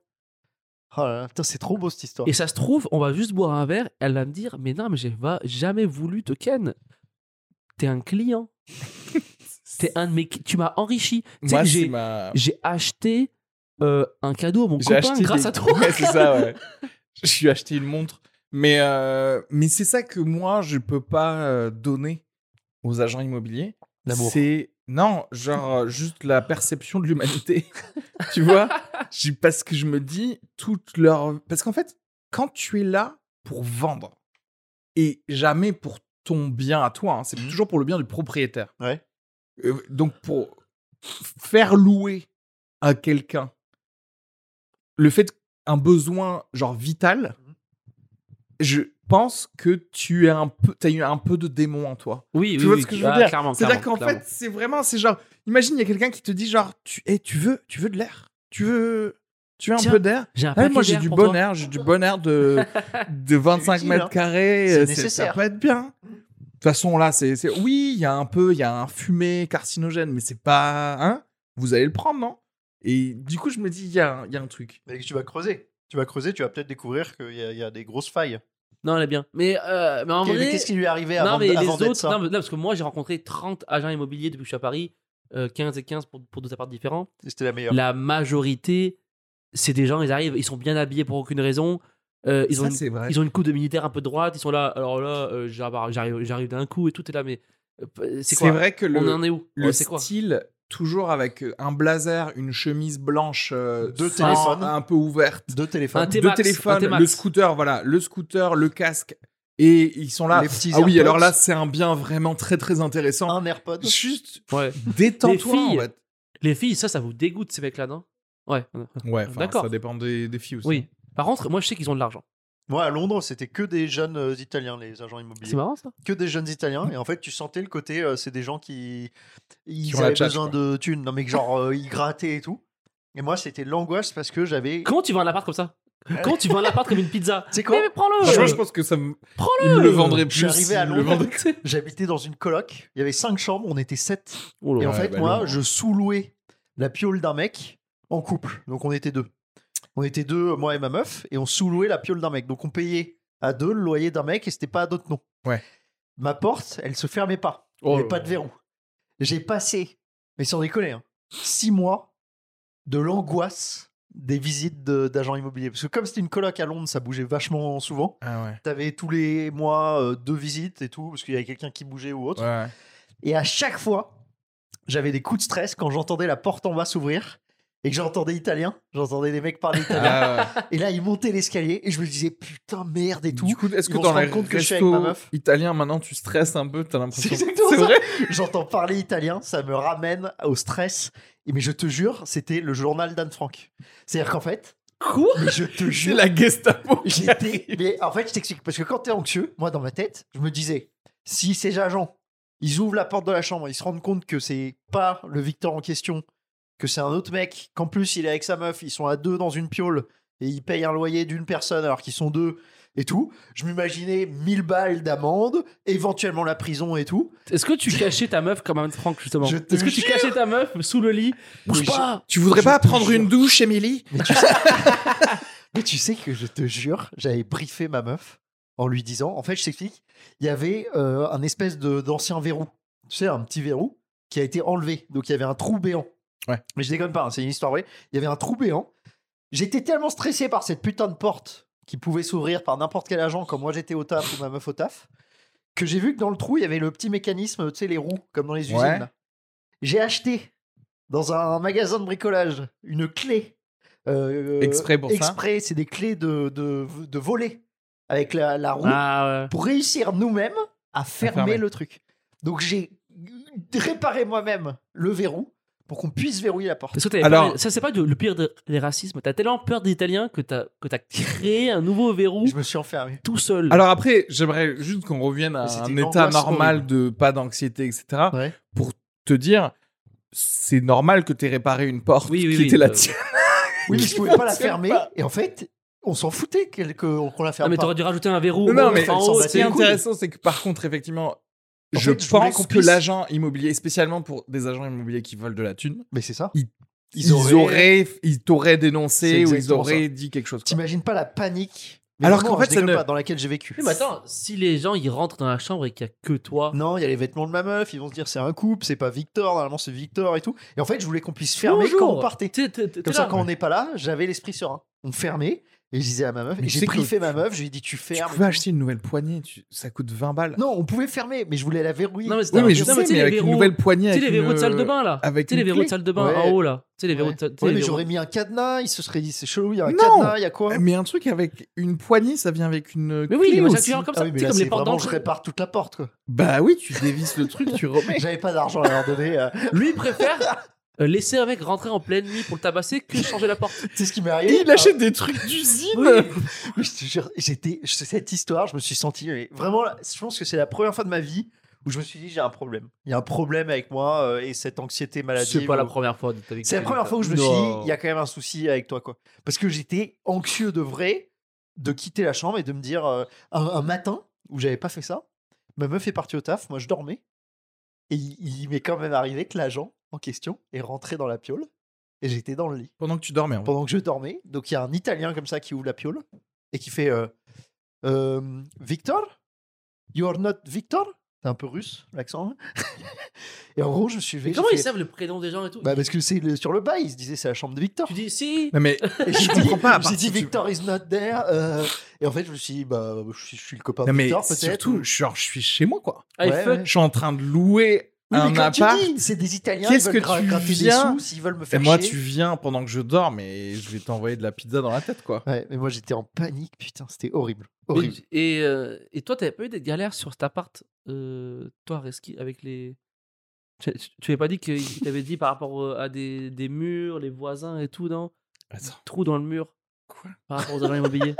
C: Oh là là, putain, c'est trop beau cette histoire.
A: Et ça se trouve, on va juste boire un verre, elle va me dire, mais non, mais j'ai va- jamais voulu te ken. T'es un client. T'es un de mes. cli- Tu m'as enrichi. Tu sais
B: Moi,
A: que
B: c'est
A: j'ai
B: ma.
A: Ah. j'ai acheté euh, un cadeau à mon
B: J'ai
A: copain
B: acheté
A: grâce
B: des-
A: à toi.
B: Ouais, c'est ça, ouais. Je suis acheté une montre. Mais, euh, mais c'est ça que moi, je peux pas euh, donner aux agents immobiliers.
C: L'amour.
B: C'est. Non, genre, euh, juste la perception de l'humanité. tu vois J'ai- Parce que je me dis, toute leur. Parce qu'en fait, quand tu es là pour vendre, et jamais pour ton bien à toi, hein, c'est toujours pour le bien du propriétaire.
C: Ouais.
B: Euh, donc, pour faire louer à quelqu'un le fait un besoin genre vital, je pense que tu es un peu, as eu un peu de démon en toi.
A: Oui,
B: Tu
A: oui,
B: vois
A: oui,
B: ce que je veux
A: ah,
B: dire
A: clairement,
B: C'est-à-dire
A: clairement,
B: qu'en fait, c'est vraiment, c'est genre, imagine il y a quelqu'un qui te dit genre, tu, eh, tu veux, tu veux de l'air, tu veux, tu veux un
A: Tiens,
B: peu d'air.
A: euh, J'ai un
B: Ah, moi
A: paquet
B: j'ai
A: d'air
B: du
A: pour
B: bon
A: toi.
B: air, j'ai du bon air de, de 25
C: utile,
B: mètres
C: hein.
B: carrés,
C: C'est
B: euh, ça
C: nécessaire.
B: peut être bien. De toute façon, là, c'est. c'est- Oui, il y a un peu, il y a un fumé carcinogène, mais c'est pas. Hein Vous allez le prendre, non Et du coup, je me dis, il y a, un- il y a un truc.
C: Mais tu vas creuser. Tu vas creuser, tu vas peut-être découvrir qu'il y, a- il y a des grosses failles.
A: Non, elle est bien. Mais, euh, mais en
C: Qu'est-
A: vrai.
C: Qu'est-ce qui lui est arrivé
A: non,
C: avant,
A: mais les
C: avant d'être
A: autres.
C: ça
A: Non, mais- non, parce que moi, j'ai rencontré 30 agents immobiliers depuis que je suis à Paris, euh, 15 et 15 pour, pour deux apparts différents.
C: C'était la meilleure.
A: La majorité, c'est des gens, ils arrivent, ils sont bien habillés pour aucune raison. euh, ils,
B: Ça,
A: ont une,
B: c'est vrai.
A: ils ont une coupe de militaire un peu droite, ils sont là. Alors là, euh, j'arrive- j'arrive j'arrive d'un coup et tout est là, mais. euh, C'est
B: C'est
A: quoi
B: vrai que
A: On
B: le,
A: en est où
B: le
A: Ouais, C'est quoi
B: style, toujours avec un blazer, une chemise blanche, euh,
C: Deux
B: sans-
C: téléphones.
B: un peu ouverte,
C: Deux
A: Un
C: téléphones.
A: T-
B: deux
A: T-Max, un
B: téléphones,
A: T-Max.
B: le scooter, voilà, le scooter, le casque, et ils sont là.
C: Les petits
B: Ah oui,
C: AirPods.
B: alors là, c'est un bien vraiment très très intéressant.
C: un AirPod.
B: Juste
A: Ouais.
B: détends-toi.
A: Les filles.
B: en fait.
A: Les filles, ça, ça vous dégoûte, ces mecs-là, non Ouais.
B: Ouais,
A: enfin, D'accord.
B: ça
A: ça
B: dépend des, filles aussi.
A: Oui. Par contre, moi, je sais qu'ils ont de l'argent.
C: Moi, à Londres, c'était que des jeunes euh, Italiens, les agents
A: C'est
C: immobiliers.
A: marrant, ça
C: Que des jeunes Italiens. Et en fait, tu sentais le côté, euh, c'est des gens qui. Ils
B: ont la
C: avaient
B: tchatche,
C: besoin
B: quoi.
C: de thunes. Non, mais que genre, euh, ils grattaient et tout. Et moi, c'était l'angoisse parce que j'avais.
A: Comment tu vends un appart comme ça Comment tu vends un appart comme une pizza
C: C'est quoi
A: Mais, mais prends-le
B: Franchement, je pense que ça me,
A: Prends-le
B: il me le vendrait plus.
C: Je suis arrivé à
B: s'il me
A: Oh
C: Londres.
B: le vendait.
C: J'habitais dans une coloc. Il y avait cinq chambres, on était sept.
A: Oh là
C: Et en
B: Ouais,
C: fait,
B: bah,
C: moi,
B: Londres.
C: je sous-louais la piole d'un mec en couple. Donc, on était deux. On était deux, moi et ma meuf, et on sous-louait la piole d'un mec. Donc, on payait à deux le loyer d'un mec et c'était pas à d'autres noms.
B: Ouais.
C: Ma porte, elle se fermait pas. Il
A: Oh
C: n'y
A: là
C: avait pas
A: là.
C: de verrou. J'ai passé, mais sans déconner, hein, six mois de l'angoisse des visites de- d'agents immobiliers. Parce que comme c'était une coloc à Londres, ça bougeait vachement souvent.
B: Ah ouais.
C: T'avais tous les mois euh, deux visites et tout, parce qu'il y avait quelqu'un qui bougeait ou autre.
B: Ouais.
C: Et à chaque fois, j'avais des coups de stress quand j'entendais la porte en bas s'ouvrir et que j'entendais italien. J'entendais les mecs parler italien.
B: Ah ouais.
C: Et là, ils montaient l'escalier et je me disais putain, merde et tout.
B: Du coup, est-ce
C: Ils
B: que
C: vont
B: dans
C: se
B: les
C: rendre compte que je suis avec ma
B: restos
C: meuf.
B: italiens, maintenant, tu stresses un peu T'as l'impression
C: C'est exactement ça.
B: vrai
C: J'entends parler italien, ça me ramène au stress. Et mais je te jure, c'était le journal d'Anne Frank. C'est-à-dire qu'en fait,
A: Quoi
C: mais je te
B: J'ai
C: jure,
B: la Gestapo qui
C: j'étais.
B: arrive.
C: Mais en fait, je t'explique. Parce que quand t'es anxieux, moi, dans ma tête, je me disais, si ces agents, ils ouvrent la porte de la chambre, ils se rendent compte que c'est pas le Victor en question, que c'est un autre mec, qu'en plus, il est avec sa meuf, ils sont à deux dans une piole, et ils payent un loyer d'une personne alors qu'ils sont deux, et tout. Je m'imaginais 1000 balles d'amende, éventuellement la prison et tout.
A: Est-ce que tu cachais ta meuf comme Anne Frank justement
C: Je te
A: Est-ce que tu
C: jure.
A: cachais ta meuf sous le lit Bouge
C: Mais je-
A: pas
B: Tu voudrais
C: Je
B: pas
C: te
B: prendre
C: jure.
B: une douche, Émilie
C: Mais tu, sais... Mais tu sais que je te jure, j'avais briefé ma meuf en lui disant, en fait, je t'explique, il y avait euh, un espèce de- d'ancien verrou, tu sais, un petit verrou qui a été enlevé. Donc il y avait un trou béant.
B: Ouais.
C: Mais je déconne pas, hein, c'est une histoire vraie. Il y avait un trou béant. J'étais tellement stressé par cette putain de porte qui pouvait s'ouvrir par n'importe quel agent, comme moi j'étais au taf ou ma meuf au taf, que j'ai vu que dans le trou, il y avait le petit mécanisme, tu sais, les roues, comme dans les usines.
B: Ouais.
C: là. J'ai acheté dans un magasin de bricolage une clé. euh,
B: Exprès pour ça
C: Exprès, c'est des clés de, de, de volet avec la, la roue
A: Ah
C: pour réussir nous-mêmes à fermer,
B: fermer.
C: le truc. Donc j'ai réparé moi-même le verrou pour qu'on puisse verrouiller la
A: ouais.
C: porte.
A: Est-ce que t'avais
B: Alors-
A: peur- Ça, c'est pas de- le pire de- des racismes. T'as tellement peur des Italiens que t'as que t'as créé un nouveau verrou
C: Je me suis enfermé.
A: tout seul.
B: Alors après, j'aimerais juste qu'on revienne à
C: Mm. Mais c'était
B: un
C: une
B: état
C: angoisse
B: normal
C: horrible.
B: de pas d'anxiété, etc.
C: Ouais.
B: Pour te dire, c'est normal que t'aies réparé une porte
A: Oui, oui,
B: qui
A: oui,
B: était la
A: euh,
B: tienne.
C: Oui, mais je pouvais pas la
B: C'est
C: fermer.
B: pas-
C: Et en fait, on s'en foutait qu'elle- que- qu'on la
A: ah,
C: ferme
A: mais
C: pas.
A: t'aurais dû rajouter un verrou.
B: Non,
A: en
B: mais
C: elle
A: haut,
C: s'en
A: en haut,
C: bat
B: ce qui
C: c'est
B: est
C: les couilles.
B: intéressant, c'est que par contre, effectivement,
C: En
B: je
C: fait, je voulais
B: pense
C: qu'on
B: que
C: puisse-
B: l'agent immobilier, spécialement pour des agents immobiliers qui volent de la thune,
C: Mais c'est ça.
B: Ils- ils, auraient, ils t'auraient
C: C'est
B: dénoncé ou ils
C: exactement
B: auraient dit quelque chose. quoi.
C: T'imagines pas la panique. mais
B: Alors
C: vraiment,
B: qu'en fait,
C: je
B: ça
C: déconne
B: ne-
C: pas, dans laquelle j'ai vécu.
A: Oui, mais attends, si les gens ils rentrent dans la chambre et qu'il y a que toi,
C: Non, il y a les vêtements de ma meuf, ils vont se dire c'est un couple, c'est pas Victor, normalement c'est Victor et tout. Et en fait, je voulais qu'on puisse fermer
A: Bonjour.
C: quand on partait.
A: T'es- t'es- t'es
C: Comme ça,
A: là.
C: quand on n'est pas là, j'avais l'esprit serein. On fermait et je disais à ma meuf,
B: Mais
C: et
B: tu
C: j'ai
B: sais que
C: briefé
B: tu-
C: ma meuf, je lui ai dit
B: Tu
C: tu fermes. et
B: pouvais
C: tout.
B: acheter une nouvelle poignée, tu- ça coûte 20 balles.
C: Non, on pouvait fermer, mais je voulais la verrouiller.
A: Non, mais c'était
B: oui,
A: un
B: mais je
A: verrou.
B: sais,
A: tu sais,
B: mais
A: les
B: avec une
A: verrous-
B: nouvelle poignée.
A: Tu sais,
B: avec
A: les verrous de
B: une-
A: salle de bain là.
B: avec
A: Tu sais, les
B: une
A: verrous de
B: clé.
A: salle de bain
C: Ouais.
A: en haut là. Tu sais, les verrous
C: Ouais.
A: de salle
C: Ouais,
A: les Ah,
C: mais
A: verrous-
C: j'aurais mis un cadenas, il se serait dit c'est chelou, il y a un
B: Non.
C: cadenas, il y a quoi
B: Mais un truc avec une poignée, ça vient avec une.
A: hein. Mais oui,
B: clé
A: mais ça,
B: aussi.
A: tu verras comme
C: Ah
A: ça.
C: oui, mais
A: Tu sais,
C: là,
A: comme les
C: c'est
A: portes
C: vraiment, je
A: d'entrée.
C: répare toute la porte quoi.
B: Bah oui, tu dévisses le truc, tu remets.
C: J'avais pas d'argent à leur donner. euh.
A: Lui, il préfère euh, laisser un mec rentrer en pleine nuit pour le tabasser que changer la porte.
C: C'est ce qui m'est
B: Et
C: arrivé.
A: bah
B: il achète des trucs d'usine.
C: Mais je te jure, j'étais, je- cette histoire, je me suis senti mais vraiment. Je pense que c'est la première fois de ma vie où je me suis dit j'ai un problème. Il y a un problème avec moi euh, et cette anxiété maladive.
A: C'est pas la
C: où-
A: première fois de ta vie. que
C: C'est la
A: tu
C: première
A: fais
C: fois où je me
A: ça.
C: suis dit
A: Non.
C: il y a quand même un souci avec toi quoi. Parce que j'étais anxieux de vrai de quitter la chambre et de me dire euh, un, un matin où j'avais pas fait ça, ma meuf est partie au taf, moi je dormais et il, il m'est quand même arrivé que l'agent en question est rentré dans la piole et j'étais dans le lit
B: Pendant que tu dormais, en vrai.
C: pendant que je dormais. Donc il y a un Italien comme ça qui ouvre la piole et qui fait euh, euh, Victor You're not Victor C'est un peu russe l'accent. hein. et en gros, je me suis levé,
A: Mais
C: j'ai
A: comment
C: fait,
A: ils savent le prénom des gens et tout
C: bah, Parce que c'est le- sur le bail, il se disait c'est la chambre de Victor.
A: Tu dis si.
B: Non, mais
C: Et
B: je
C: j'ai dit-
B: comprends pas. à
C: je me suis
B: partir
C: dit
B: du-
C: Victor is not there. euh, et en fait, je me suis dit bah, je, suis- je suis le copain de
B: Non, mais
C: Victor peut-être.
B: surtout, genre, je suis chez moi, quoi.
A: I
C: Ouais,
A: fuck.
C: ouais.
B: Je suis en train de louer
C: Oui, mais
B: un
C: comme
B: appart.
C: tu dis, c'est des Italiens qui
B: Qu'est-ce
C: veulent
B: que
C: gra-
B: tu
C: gratter des
B: viens
C: sous s'ils veulent me
B: Et
C: faire
B: moi,
C: chier.
B: tu viens pendant que je dors, mais je vais t'envoyer de la pizza dans la tête, quoi.
C: Ouais, mais moi j'étais en panique, putain, c'était horrible.
A: Mais-
C: horrible.
A: Et, euh, et toi, t'avais pas eu des galères sur cet appart, euh, toi, Reski, avec les. Tu, tu- tu avais pas dit qu'il t'avait dit par rapport euh, à des, des murs, les voisins et tout, non
B: Attends,
A: Trous dans le mur
B: quoi
A: par rapport aux agents immobiliers.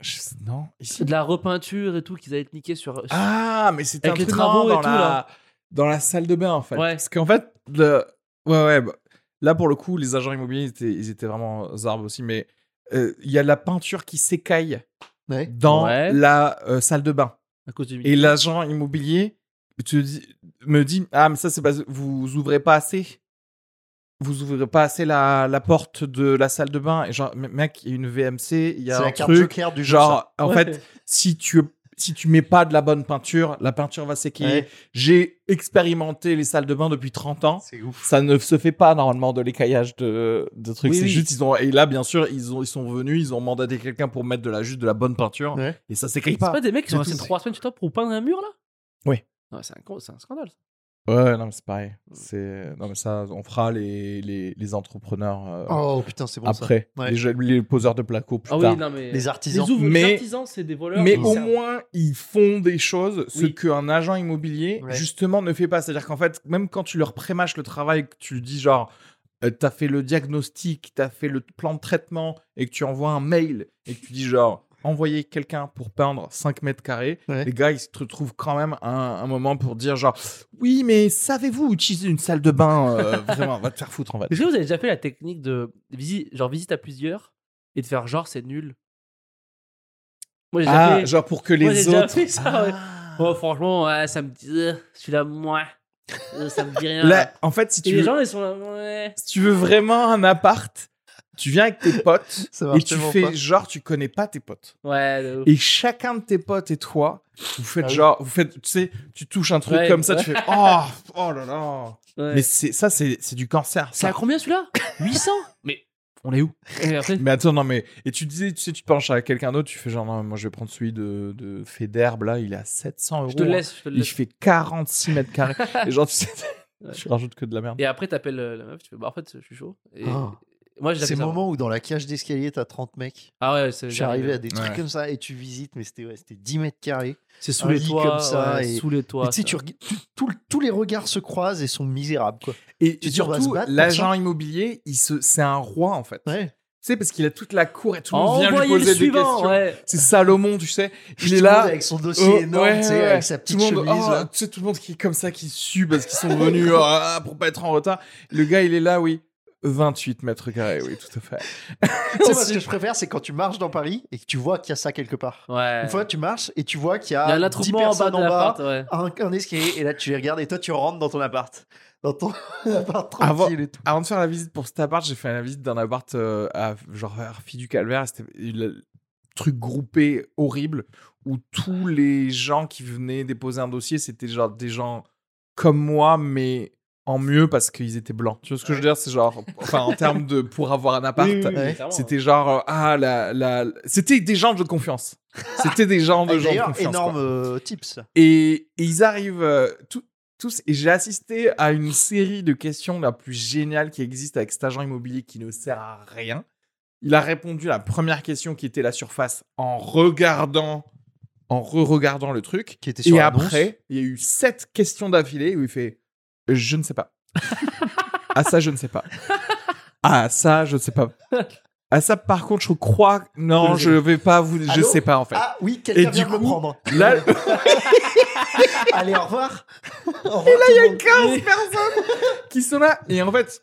B: Je- Non, ici.
A: De la repeinture et tout qu'ils avaient niqué sur. euh,
B: Ah, mais c'était un
A: Avec les
B: truc marrant
A: travaux et
B: dans
A: tout,
B: la...
A: là.
B: dans la salle de bain en fait.
A: Ouais.
B: Parce qu'en fait, le... ouais ouais. bah, Là, pour le coup, les agents immobiliers, ils étaient, ils étaient vraiment zarbes aussi, mais euh, il y a la peinture qui s'écaille
C: Ouais.
B: dans
A: Ouais.
B: la euh, salle de bain.
A: à cause du
B: Et l'agent immobilier te dit- me dit Ah, mais ça, c'est parce que vous ouvrez pas assez. Vous ouvrez pas assez la, la porte de la salle de bain. Et genre, me- mec, il y a une VMC, il y
C: C'est
B: a un
C: la carte
B: truc.
C: joker du jeu, ça.
B: Genre, en
A: Ouais.
B: fait, si tu si tu mets pas de la bonne peinture, la peinture va s'écailler.
C: Ouais.
B: J'ai expérimenté les salles de bain depuis 30 ans.
C: C'est ouf.
B: Ça ne se fait pas normalement de l'écaillage de, de trucs.
A: Oui,
B: c'est
A: oui.
B: juste, ils ont, et là, bien sûr, ils, ont, ils sont venus, ils ont mandaté quelqu'un pour mettre de la, juste de la bonne peinture.
C: Ouais.
B: Et ça s'écaille
A: C'est pas
B: pas.
A: des mecs qui
B: C'est
A: sont
B: tout.
A: restés trois semaines chez toi pour peindre un mur là
B: Oui.
A: Ouais, c'est un, gros- c'est un scandale. ça.
B: Ouais, non, mais c'est pareil. C'est... Non, mais ça, on fera les, les, les entrepreneurs euh,
C: Oh putain, c'est bon ça.
B: après.
C: Ouais.
B: Les, jeux- les poseurs de placo plus
A: Ah
B: tard.
A: oui, non mais.
C: Les
A: les
C: artisans.
A: ouvres, les
B: Mais-
A: artisans, c'est des voleurs.
B: Mais
A: Ils
B: au
A: servent.
B: moins, ils font des choses, ce
A: Oui.
B: qu'un agent immobilier,
C: Ouais.
B: justement, ne fait pas. C'est-à-dire qu'en fait, même quand tu leur prémâches le travail, que tu dis genre, euh, t'as fait le diagnostic, t'as fait le plan de traitement, et que tu envoies un mail, et que tu dis genre, envoyez quelqu'un pour peindre 5 mètres carrés,
C: Ouais.
B: les gars, ils se retrouvent quand même à un, un moment pour dire genre, oui, mais savez-vous utiliser une salle de bain euh, Vraiment, va te faire foutre en fait.
A: Est-ce que vous avez déjà fait la technique de visite, genre visite à plusieurs et de faire genre c'est nul Moi j'ai déjà
B: Ah,
A: fait.
B: genre pour que
A: Moi, j'ai
B: les
A: déjà
B: autres.
A: fait ça, ouais.
B: Ah.
A: Oh, franchement, ouais, ça me dit. euh, Celui-là, moi. euh, Ça me dit rien.
B: Là, en fait, si
A: et
B: tu
A: les
B: veux-
A: gens, ils sont là. Ouais.
B: si tu veux vraiment un appart, tu viens avec tes potes
C: Ça
B: et
C: marche
B: tu
C: tellement
B: fais
C: pas.
B: genre tu connais pas tes potes.
A: Ouais. de ouf.
B: Et chacun de tes potes et toi, vous faites
C: Ah oui.
B: genre, vous faites, tu sais, tu touches un truc
A: Ouais,
B: comme ça,
A: ouais.
B: tu fais oh, oh là là.
A: Ouais.
B: Mais c'est ça, c'est c'est du cancer.
A: C'est
B: Ça.
A: à combien celui-là 800 Mais on est où Et après,
B: Mais attends, non, mais. Et tu disais, tu sais, tu te penches à quelqu'un d'autre, tu fais genre, non, moi je vais prendre celui de, de Federbe, là, il est à 700 euros.
A: Je te
B: hein.
A: laisse. Je te
B: Il
A: laisse.
B: fait 46 mètres carrés. et genre, tu sais,
A: Ouais.
B: tu rajoutes que de la merde.
A: Et après, t'appelles euh, la meuf, tu fais bah en fait, je suis chaud. Et
B: Ah,
C: Oh.
A: moi, j'ai déjà
C: C'est
A: fait ça.
C: le moment où dans la cage d'escalier, t'as 30 mecs.
A: Ah ouais, c'est
C: Je suis arrivé à des
B: Ouais.
C: trucs comme ça et tu visites, mais c'était ouais, c'était 10 mètres carrés.
A: C'est sous
C: un
A: les
C: lit
A: toits.
C: comme ça,
A: ouais,
C: et-
A: Sous les toits.
C: Et tu sais, tu reg- tu- tout le- tous les regards se croisent et sont misérables, quoi.
B: Et,
C: Tu dis, on va se
B: surtout,
C: battre pour
B: l'agent immobilier, il se- c'est un roi en fait.
C: Ouais.
B: Tu sais, parce qu'il a toute la cour et tout le monde vient lui
A: Envoyez le
B: poser des
A: suivant.
B: questions.
A: Ouais.
B: C'est Salomon, tu sais. Il est
C: Tout le monde
B: là.
C: avec son dossier
B: Oh,
C: énorme,
B: ouais,
C: tu sais,
B: ouais, ouais.
C: avec sa petite
B: tout le monde,
C: chemise.
B: oh,
C: là.
B: tu sais, tout le monde qui est comme ça, qui sue parce qu'ils sont venus oh, ah, pour pas être en retard. Le gars, il est là, oui. 28 mètres carrés, oui, tout à fait.
C: Tu sais, moi, ce que je préfère, c'est quand tu marches dans Paris et que tu vois qu'il y a ça quelque part.
A: Ouais.
C: Une fois, tu marches et tu vois qu'il y
A: Il y a un
C: a 10
A: attroupement en bas
C: Ah, personnes
A: de
C: Ah, en bas,
A: l'appart. Ouais.
C: un, un escalier, et là, tu les regardes et toi, tu rentres dans ton appart. Dans ton appart tranquille
B: Avant-
C: et tout.
B: Avant de faire la visite pour cet appart, j'ai fait la visite d'un appart euh, à genre à Fille du Calvaire. et C'était le truc groupé horrible où tous les gens qui venaient déposer un dossier, c'était genre des gens comme moi, mais en mieux parce qu'ils étaient blancs. Tu vois ce que je veux dire C'est genre, enfin, en termes de pour avoir un appart.
C: Ouais.
A: clairement.
B: C'était genre, euh, ah, la, la, la- c'était des gens de confiance. C'était des gens de gens
C: Et
B: de
C: D'ailleurs,
B: confiance. quoi.
C: énorme euh, tips.
B: Et, et ils arrivent euh, tout- tous. Et j'ai assisté à une série de questions la plus géniale qui existe avec cet agent immobilier qui ne sert à rien. Il a répondu à la première question qui était la surface en regardant, en re-regardant le truc.
C: Qui était sur
B: Et
C: l'annonce.
B: après, il y a eu sept questions d'affilée où il fait euh, Je ne sais pas. ah, ça, je ne sais pas. Ah, ça, je ne sais pas. Ah, ça, par contre, je crois. Non, je vais pas vous. Je
C: Allô
B: sais pas, en fait.
C: Ah oui, quelqu'un
B: Et
C: vient
B: du
C: de me
B: coup-
C: prendre.
B: Là,
C: Allez, au revoir. Et là, il y a
B: 15 personnes qui sont là. Et en fait,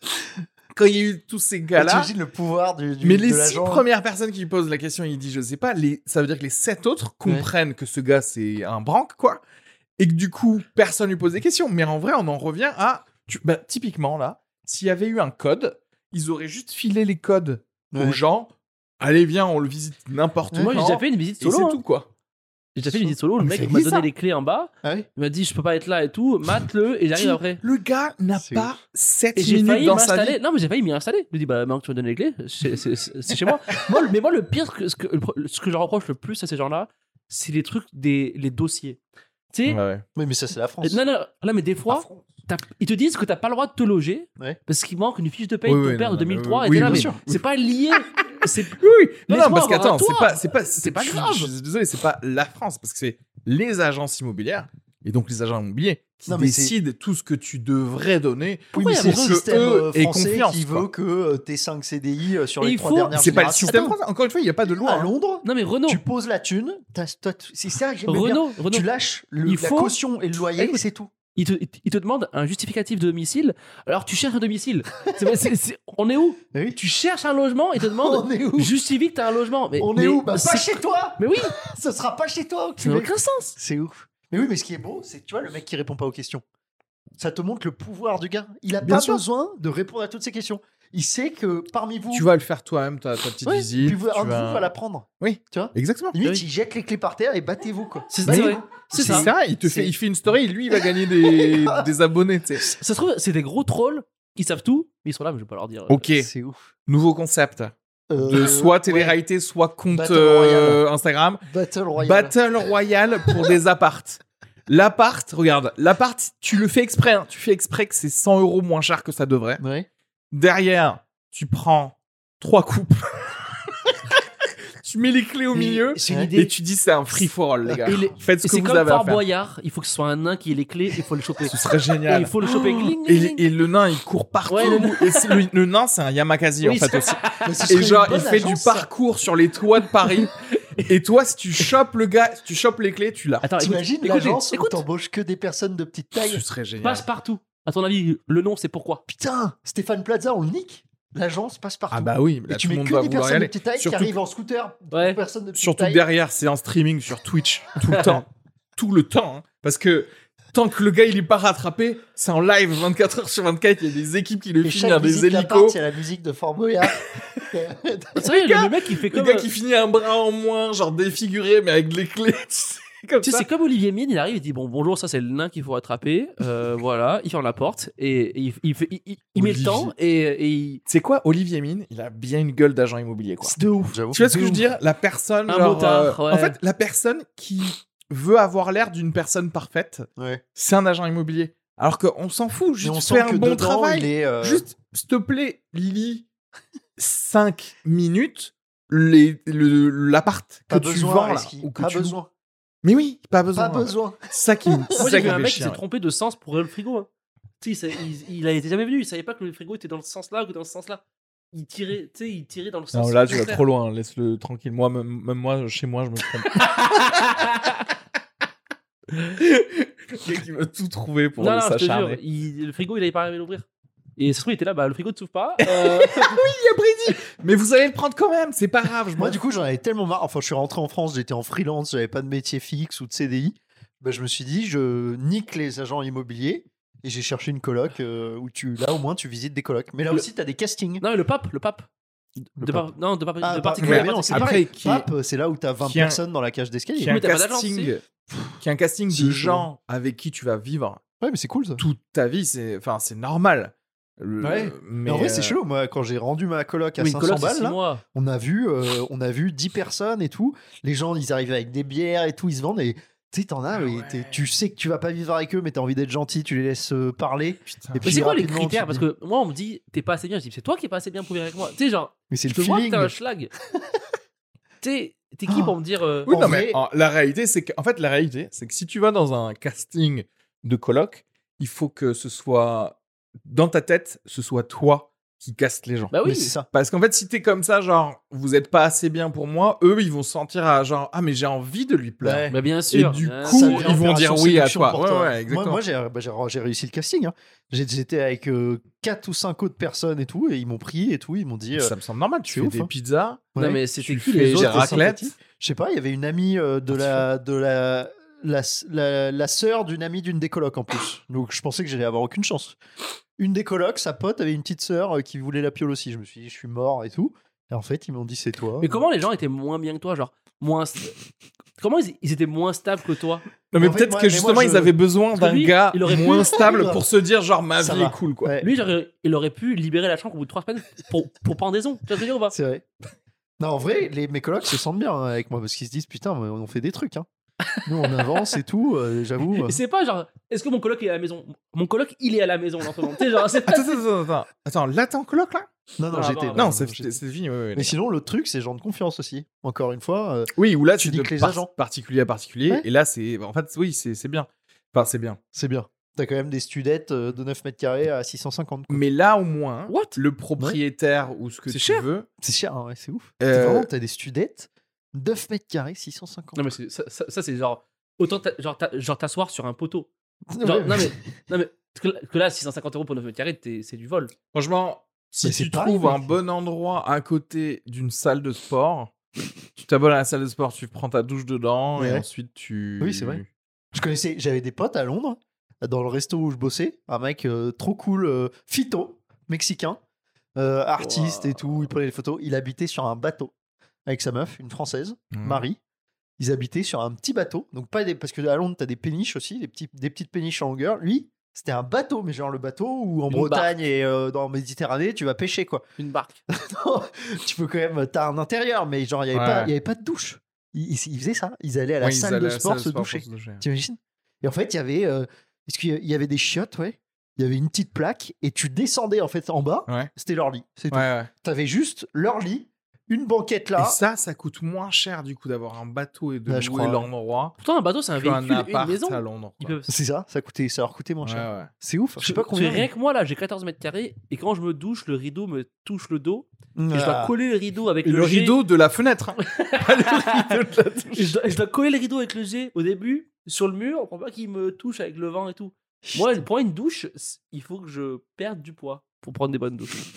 B: quand il y a eu tous ces gars-là,
C: Ah, T'imagines le pouvoir du, du
B: mais
C: de
B: les six
C: l'agent.
B: premières personnes qui lui posent la question, il dit je sais pas, les, ça veut dire que les sept autres comprennent que ce gars c'est un branque, quoi. Et que du coup, personne lui pose des questions. Mais en vrai, on en revient à. tu- bah, typiquement, là, s'il y avait eu un code, ils auraient juste filé les codes aux
C: Ouais.
B: gens. Allez, viens, on le visite n'importe où.
A: Moi, j'ai déjà fait une visite
B: Et c'est
A: solo. hein.
B: tout, quoi.
A: J'ai déjà fait une visite solo. Le
B: Mais
A: mec
B: c'est
A: m'a donné
B: bizarre.
A: les clés en bas.
C: Ah oui
A: Il m'a dit, je peux pas être là et tout. Mate-le et j'arrive
B: Qui-
A: après.
B: Le gars n'a
C: C'est
B: pas 7
A: Et j'ai
B: minutes
A: failli
B: dans sa vie.
A: m'installer. Non, mais j'ai failli m'y installer. Je lui dis, bah, maintenant que tu me donnes les clés, c'est c'est- c'est- c'est chez moi. Moi, le- Mais moi, le pire, que- ce que, le- ce que je reproche le plus à ces gens-là, c'est les trucs des les dossiers. Tu sais, euh,
B: Ouais.
C: Oui, mais ça, c'est la France.
A: non, non, non, mais des fois, t'as- ils te disent que t'as pas le droit de te loger
C: Ouais.
A: parce qu'il manque une fiche de paye
B: Oui,
A: de ton
B: oui,
A: père
B: non,
A: de
B: non, mais
A: 2003. et
B: oui,
A: t'es là,
B: bien
A: mais
B: sûr.
A: C'est pas lié. C'est
B: Oui, oui. Non,
A: Laisse-moi
B: non, parce
A: avoir un
B: qu'attends, c'est
A: toit.
B: pas, c'est pas, c'est
A: pas
B: je-
A: grave.
B: Je, suis désolé, c'est pas la France, parce que c'est les agences immobilières et donc les agents immobiliers qui
C: Non, mais c'est-
B: décident tout ce que tu devrais donner.
C: Oui,
A: Pourquoi il
C: mais
A: y a
C: c'est le
B: besoin de-
C: système
B: eux
C: euh,
B: aient
C: français
B: E confiance,
C: qui
B: quoi.
C: veut que euh, tes 5 CDI euh, sur
A: Et
C: les
A: il
C: 3
A: faut-
C: dernières
B: C'est pas le
C: générations-
B: système
A: Attends.
B: français. Encore une fois, il n'y a pas de loi.
C: À
B: hein.
C: Londres,
A: Non, mais Renaud,
C: tu poses la thune, t'as- toi, tu- c'est ça que j'aime bien.
A: Renaud, Renaud,
C: Tu lâches le-
A: Il
C: la
A: faut- Ah
C: caution et le loyer,
A: Écoute.
C: c'est tout.
A: il te, il te demande un justificatif de domicile. Alors tu cherches un domicile. C'est- c'est- c'est- on est où
C: Eh oui.
A: Tu cherches un logement et te demande
C: On est où
A: justifie que t'as un logement. Mais,
C: On est
A: mais
C: où Bah, pas
A: c'est-
C: chez toi
A: Mais oui,
C: Ce sera pas chez toi,
A: ça n'a
C: enculé.
A: aucun sens.
C: C'est ouf. Mais oui, mais ce qui est beau, c'est que tu vois, le mec qui répond pas aux questions, ça te montre le pouvoir du gars. Il a
B: Bien
C: pas
B: sûr.
C: besoin de répondre à toutes ces questions. Il sait que parmi vous,
B: Tu vas le faire toi-même, ta, ta petite
C: Ouais,
B: visite.
C: puis vous-
B: tu
C: un de
B: vas-
C: vous va la prendre.
B: Exactement.
C: Limite,
A: Oui.
C: il jette les clés par terre et battez-vous, quoi.
A: C'est
B: Mais-
A: c'est vrai. C'est
B: C'est
A: ça.
B: ça, il te
C: C'est-
B: fait, il fait une story, lui il va gagner des, des abonnés. tu sais.
A: Ça se trouve, c'est des gros trolls qui savent tout, mais ils sont là, mais je vais pas leur dire. euh,
B: Ok,
C: C'est ouf.
B: nouveau concept. De
C: Euh,
B: soit
C: ouais,
B: télé-réalité, soit compte
C: Battle
B: euh, Instagram.
C: Battle Royale.
B: Battle Royale pour des appartes. L'appart, regarde, l'appart, tu le fais exprès. hein. Tu fais exprès que c'est 100 euros moins cher que ça devrait.
C: Ouais.
B: Derrière, tu prends trois coupes. tu mets les clés au
C: Mais
B: milieu
C: C'est une
B: et,
C: idée.
B: tu dis c'est un free for all, les gars.
A: Et les-
B: Faites ce
A: Et
B: que
A: c'est
B: vous
A: comme
B: avez à
A: Fort
B: faire.
A: Boyard, il faut que ce soit un nain qui ait les clés, il faut le choper.
B: Ce serait
A: Et il
B: génial.
A: faut le choper. Gling,
B: Et,
A: gling, gling.
B: et le nain, il court partout.
A: Ouais, le nain.
B: Et c'est- le, le nain, c'est un Yamakasi
A: Oui,
B: en fait
A: c'est-
B: aussi.
C: Mais Bah, ce
B: Et
C: serait
B: genre,
C: une
B: il
C: bonne
B: fait du
C: agence, ça.
B: parcours sur les toits de Paris. Et toi, si tu chopes le gars, si tu chopes les clés, tu l'as.
A: Attends, écoute,
C: T'imagines
A: écoute,
C: l'agence où
A: écoute.
C: t'embauches que des personnes de petite
B: Ce
C: taille.
B: serait génial.
A: passe partout. À ton avis, le nom, c'est pourquoi
C: Putain, Stéphane Plaza, on le nique. L'agence passe partout.
B: Ah bah oui, là,
C: Et tu
B: tout le
C: mets
B: monde
C: que
B: va
C: des
B: vouloir y
C: personnes de
B: aller.
C: petite taille qui
B: Surtout-
C: arrivent en scooter.
A: Ouais.
C: Personne de petite
B: Surtout
C: taille.
B: derrière, c'est en streaming sur Twitch tout le temps, tout le temps, hein. parce que tant que le gars il est pas rattrapé, c'est en live 24 heures sur 24. Il y a des équipes qui le
C: Et
B: filment, il y a
C: chaque musique
B: des
C: de la part,
B: hélicos.
C: c'est la musique de Fort Boyard. T'as-
A: Sérieux, le mec, il fait
B: Le
A: comme. euh,
B: gars qui finit un bras en moins, genre défiguré, mais avec les clés. Tu sais, comme
A: Tu sais,
B: ça.
A: c'est comme Olivier Mine, il arrive, il dit bon bonjour, ça c'est le nain qu'il faut rattraper, euh, voilà, il ferme la porte et, et il, il fait- il- il- il met le
B: Olivier.
A: temps et, et il-
B: C'est quoi, Olivier Mine Il a bien une gueule d'agent immobilier, quoi.
C: C'est de ouf.
B: Tu vois ce que je veux dire La personne.
A: Un
B: genre,
A: motard,
B: euh,
A: ouais.
B: En fait, la personne qui veut avoir l'air d'une personne parfaite,
C: Ouais.
B: c'est un agent immobilier. Alors qu'on s'en fout,
C: Mais
B: juste
C: on sent
B: fais un
C: que
B: bon
C: dedans, il
B: travail.
C: est. euh,
B: Juste, s'il te plaît, lis 5 minutes les- le- l'appart que
C: pas
B: tu
C: besoin,
B: vends là,
C: Reski,
B: ou que
C: pas
B: tu loues.
C: besoin.
B: Mais oui, pas besoin.
C: Pas besoin.
B: C'est ça qui me
A: Moi
B: c'est
A: j'ai
B: ça qui
A: vu
B: me
A: un
B: fait
A: mec qui
B: chier, hein.
A: s'est
B: ouais.
A: trompé de sens pour le frigo. hein. Tu sais, il, s'est- il, il a été jamais venu, il savait pas que le frigo était dans le sens là ou dans ce sens là. Il tirait, tu sais, il tirait dans le sens.
B: Non, là, tu vas
A: contraire.
B: trop loin, laisse-le tranquille. Moi, même, même moi, chez moi, je me trompe. le mec, il veut tout trouver pour
A: Non, non, je te jure,
B: s'acharner.
A: il- le frigo il avait pas arrivé à l'ouvrir. Et ça se trouve, il était là, bah le frigo ne s'ouvre pas. euh,
B: Il y a Brady Mais vous allez le prendre quand même, c'est pas grave. Je m'en
C: Moi, du coup, j'en avais tellement marre. Enfin, je suis rentré en France, j'étais en freelance, j'avais pas de métier fixe ou de CDI. Ben, je me suis dit, je nique les agents immobiliers et j'ai cherché une coloc euh, où tu, là, au moins, tu visites des colocs. Mais là
A: Le-
C: aussi, t'as des castings.
A: Non, mais le pape, le pape.
C: Le
A: de par- Non, de, par...
C: Ah,
A: de
C: bah,
A: particulier.
C: mais non, c'est
B: Après,
C: pareil.
B: qui-
C: Pape, c'est là où t'as 20
B: qui a-
C: personnes dans la cage d'escalier.
B: qui a un
A: Mais t'as pas d'agence,
B: casting, qui a un casting
C: Si,
B: de
C: je
B: gens avec qui tu vas vivre
C: Ouais, mais c'est cool ça.
B: toute ta vie, c'est enfin c'est normal. Le-
C: Ouais. Mais
B: Mais
C: en vrai,
B: euh,
C: c'est chelou. Moi, quand j'ai rendu ma coloc à
A: Oui,
C: 500
A: Colosse, c'est
C: balles,
A: six
C: là,
A: mois.
C: on a vu euh, on a vu 10 personnes et tout les gens ils arrivaient avec des bières et tout ils se vendent et tu sais
A: Ah
C: t'en as mais t'es- tu sais que tu vas pas vivre avec eux mais t'as envie d'être gentil tu les laisses euh, parler
B: putain.
C: Et
A: Mais
C: puis
A: c'est quoi les
C: rapidement,
A: critères
C: tu
A: Parce
C: dis-
A: que moi, on me dit, t'es pas assez bien. Je dis, c'est toi qui es pas assez bien pour vivre avec moi. Tu sais, genre,
C: mais c'est
A: je
C: le
A: te vois que
C: feeling Ah.
A: t'as un schlag. tu sais, t'es qui pour me dire. euh,
B: Oui,
C: en
B: non,
C: vrai-
B: mais en- la réalité c'est que en fait la réalité c'est que si tu vas dans un casting de coloc, il faut que ce soit dans ta tête, ce soit toi qui casse les gens.
A: Bah
C: mais
A: oui,
C: c'est ça
B: Parce qu'en fait, si t'es comme ça, genre, vous êtes pas assez bien pour moi, eux, ils vont se sentir à genre, ah, mais j'ai envie de lui plaire.
C: Ouais.
A: mais bien
B: Et
A: sûr.
B: du
A: hein,
B: coup,
C: ça devient
B: ils vont dire
C: opération
B: oui à
C: séduction
B: toi.
C: pour
B: Ouais,
C: toi.
B: ouais,
C: moi,
B: exactement.
C: moi, j'ai bah, j'ai- j'ai réussi le casting hein. J'ai- j'étais avec 4 ou 5 autres personnes et tout et ils m'ont pris et tout ils m'ont dit euh,
B: ça me semble normal. Tu
C: c'est
B: fais
C: ouf,
B: des
C: hein.
B: pizzas,
A: Non,
C: ouais,
A: mais c'était
B: tu
A: qui
B: fais
A: les
B: des
A: autres
B: raclettes.
C: sympathiques. je sais pas il y avait une amie euh, de la de la la, la, la sœur d'une amie d'une des colocs en plus. Donc je pensais que j'allais avoir aucune chance. Une des colocs, sa pote avait une petite sœur euh, qui voulait la piole aussi. Je me suis dit, je suis mort et tout. Et en fait, ils m'ont dit, c'est toi.
A: Mais comment les gens étaient moins bien que toi Genre, moins. Comment ils, ils étaient moins stables que toi
B: Non, mais
C: En fait,
B: peut-être
C: moi-
B: que
C: mais moi,
B: justement,
C: je-
B: ils avaient besoin
A: Parce que
B: d'un
A: lui,
B: gars
A: il aurait pu-
B: moins stable pour se dire, genre, ma
C: Ça
B: vie
C: va.
B: est cool, quoi.
C: Ouais,
A: Lui, genre, il aurait pu libérer la chambre au bout de trois semaines pour, pour pendaison. Tu vois ce que je veux dire ou pas
C: c'est vrai. Non, en vrai, les, mes colocs se sentent bien hein, avec moi parce qu'ils se disent, putain, mais on fait des trucs. hein. Nous, on avance et tout, euh, j'avoue. euh.
A: Et C'est pas genre, est-ce que mon coloc est à la maison Mon coloc, il est à la maison en ce moment. Tu sais, genre, c'est pas.
B: Attends, attends, attends, attends. Attends, là, t'es en coloc, là
C: Non, non,
A: Ah,
C: j'étais.
A: bah,
B: Non,
A: non,
B: c'est
C: j'étais-
B: c'est fini. ouais, ouais,
C: Mais
B: ouais.
C: sinon, l'autre truc, c'est gens de confiance aussi. Encore une fois, euh,
B: Oui, ou là, tu
C: dis que
B: dis
C: les agents.
B: particulier à particulier.
C: Ouais.
B: Et là, c'est. En fait, oui, c'est c'est bien. Enfin, c'est bien.
C: c'est bien. T'as quand même des studettes euh, de 9 mètres carrés à 650. quoi.
B: Mais là, au moins,
A: What
B: le propriétaire ou ce que
A: C'est
B: tu
A: cher.
B: veux.
C: C'est cher, hein, ouais, c'est ouf.
B: Euh,
C: T'as Vraiment, t'as des studettes, 9 mètres carrés, 650.
A: Non, mais c'est- ça, ça- ça, c'est genre. Autant t'a- genre t'a- genre t'asseoir sur un poteau. Genre, non, mais, non, mais parce que, là- que là, 650 euros pour 9 mètres carrés, t'es- c'est du vol.
B: Franchement, si
C: Mais c'est
B: tu
C: pareil,
B: trouves
C: mec.
B: un bon endroit à côté d'une salle de sport, tu t'abonnes à la salle de sport, tu prends ta douche dedans et
C: Ouais.
B: ensuite tu.
C: Oui, c'est vrai. Je connaissais, j'avais des potes à Londres, dans le resto où je bossais, un mec euh, trop cool, euh, Fito, mexicain, euh, artiste et tout, il prenait des photos. Il habitait sur un bateau avec sa meuf, une française,
A: Hmm.
B: Mhm.
C: Marie. Ils habitaient sur un petit bateau, donc pas des, parce que à Londres t'as des péniches aussi, des, petits, des petites péniches en longueur. Lui, c'était un bateau, mais genre le bateau où en
A: Une
C: Bretagne et euh, dans la Méditerranée tu vas pêcher quoi.
A: Une barque.
C: tu peux quand même, euh, t'as un intérieur, mais genre il y avait
B: Ouais.
C: pas, il y avait pas de douche. Ils, ils- ils faisaient ça, ils allaient à la
B: Ouais, ils
C: salle
B: allaient
C: de
B: à la
C: sport
B: salle
C: se
B: pour
C: doucher.
B: doucher.
C: T'imagines Et en fait, il y avait. euh, est-ce qu'il y a- il y avait des chiottes, ouais. Il y avait une petite plaque et tu descendais en fait en bas.
B: Ouais.
C: C'était leur lit. C'est
B: Ouais,
C: tout.
B: ouais.
C: T'avais juste leur lit, une banquette là.
B: Et ça, ça coûte moins cher du coup d'avoir un bateau et de
C: Bah, je
B: louer
C: crois.
B: l'endroit
A: Pourtant, un bateau, c'est un
B: qu'un
A: véhicule, et une
B: appart
A: maison.
B: à Londres.
A: Ils
B: quoi.
A: peuvent-
C: C'est ça, ça coûtait, ça leur coûtait moins cher.
B: Ouais, ouais.
C: C'est ouf. Je sais pas
A: Parce que
C: combien.
A: Rien que moi, là, j'ai 14 mètres carrés, et quand je me douche, le rideau me touche le dos, et je dois
C: Ah.
A: coller le rideau avec
B: Et
A: le,
B: le
A: jet.
B: rideau de la fenêtre. hein. Pas le rideau de la douche.
A: Et je, dois, et je dois coller le rideau avec le jet au début, sur le mur, pour pas qu'il me touche avec le vent et tout. Moi, pour une douche, c- il faut que je perde du poids pour prendre des bonnes douches.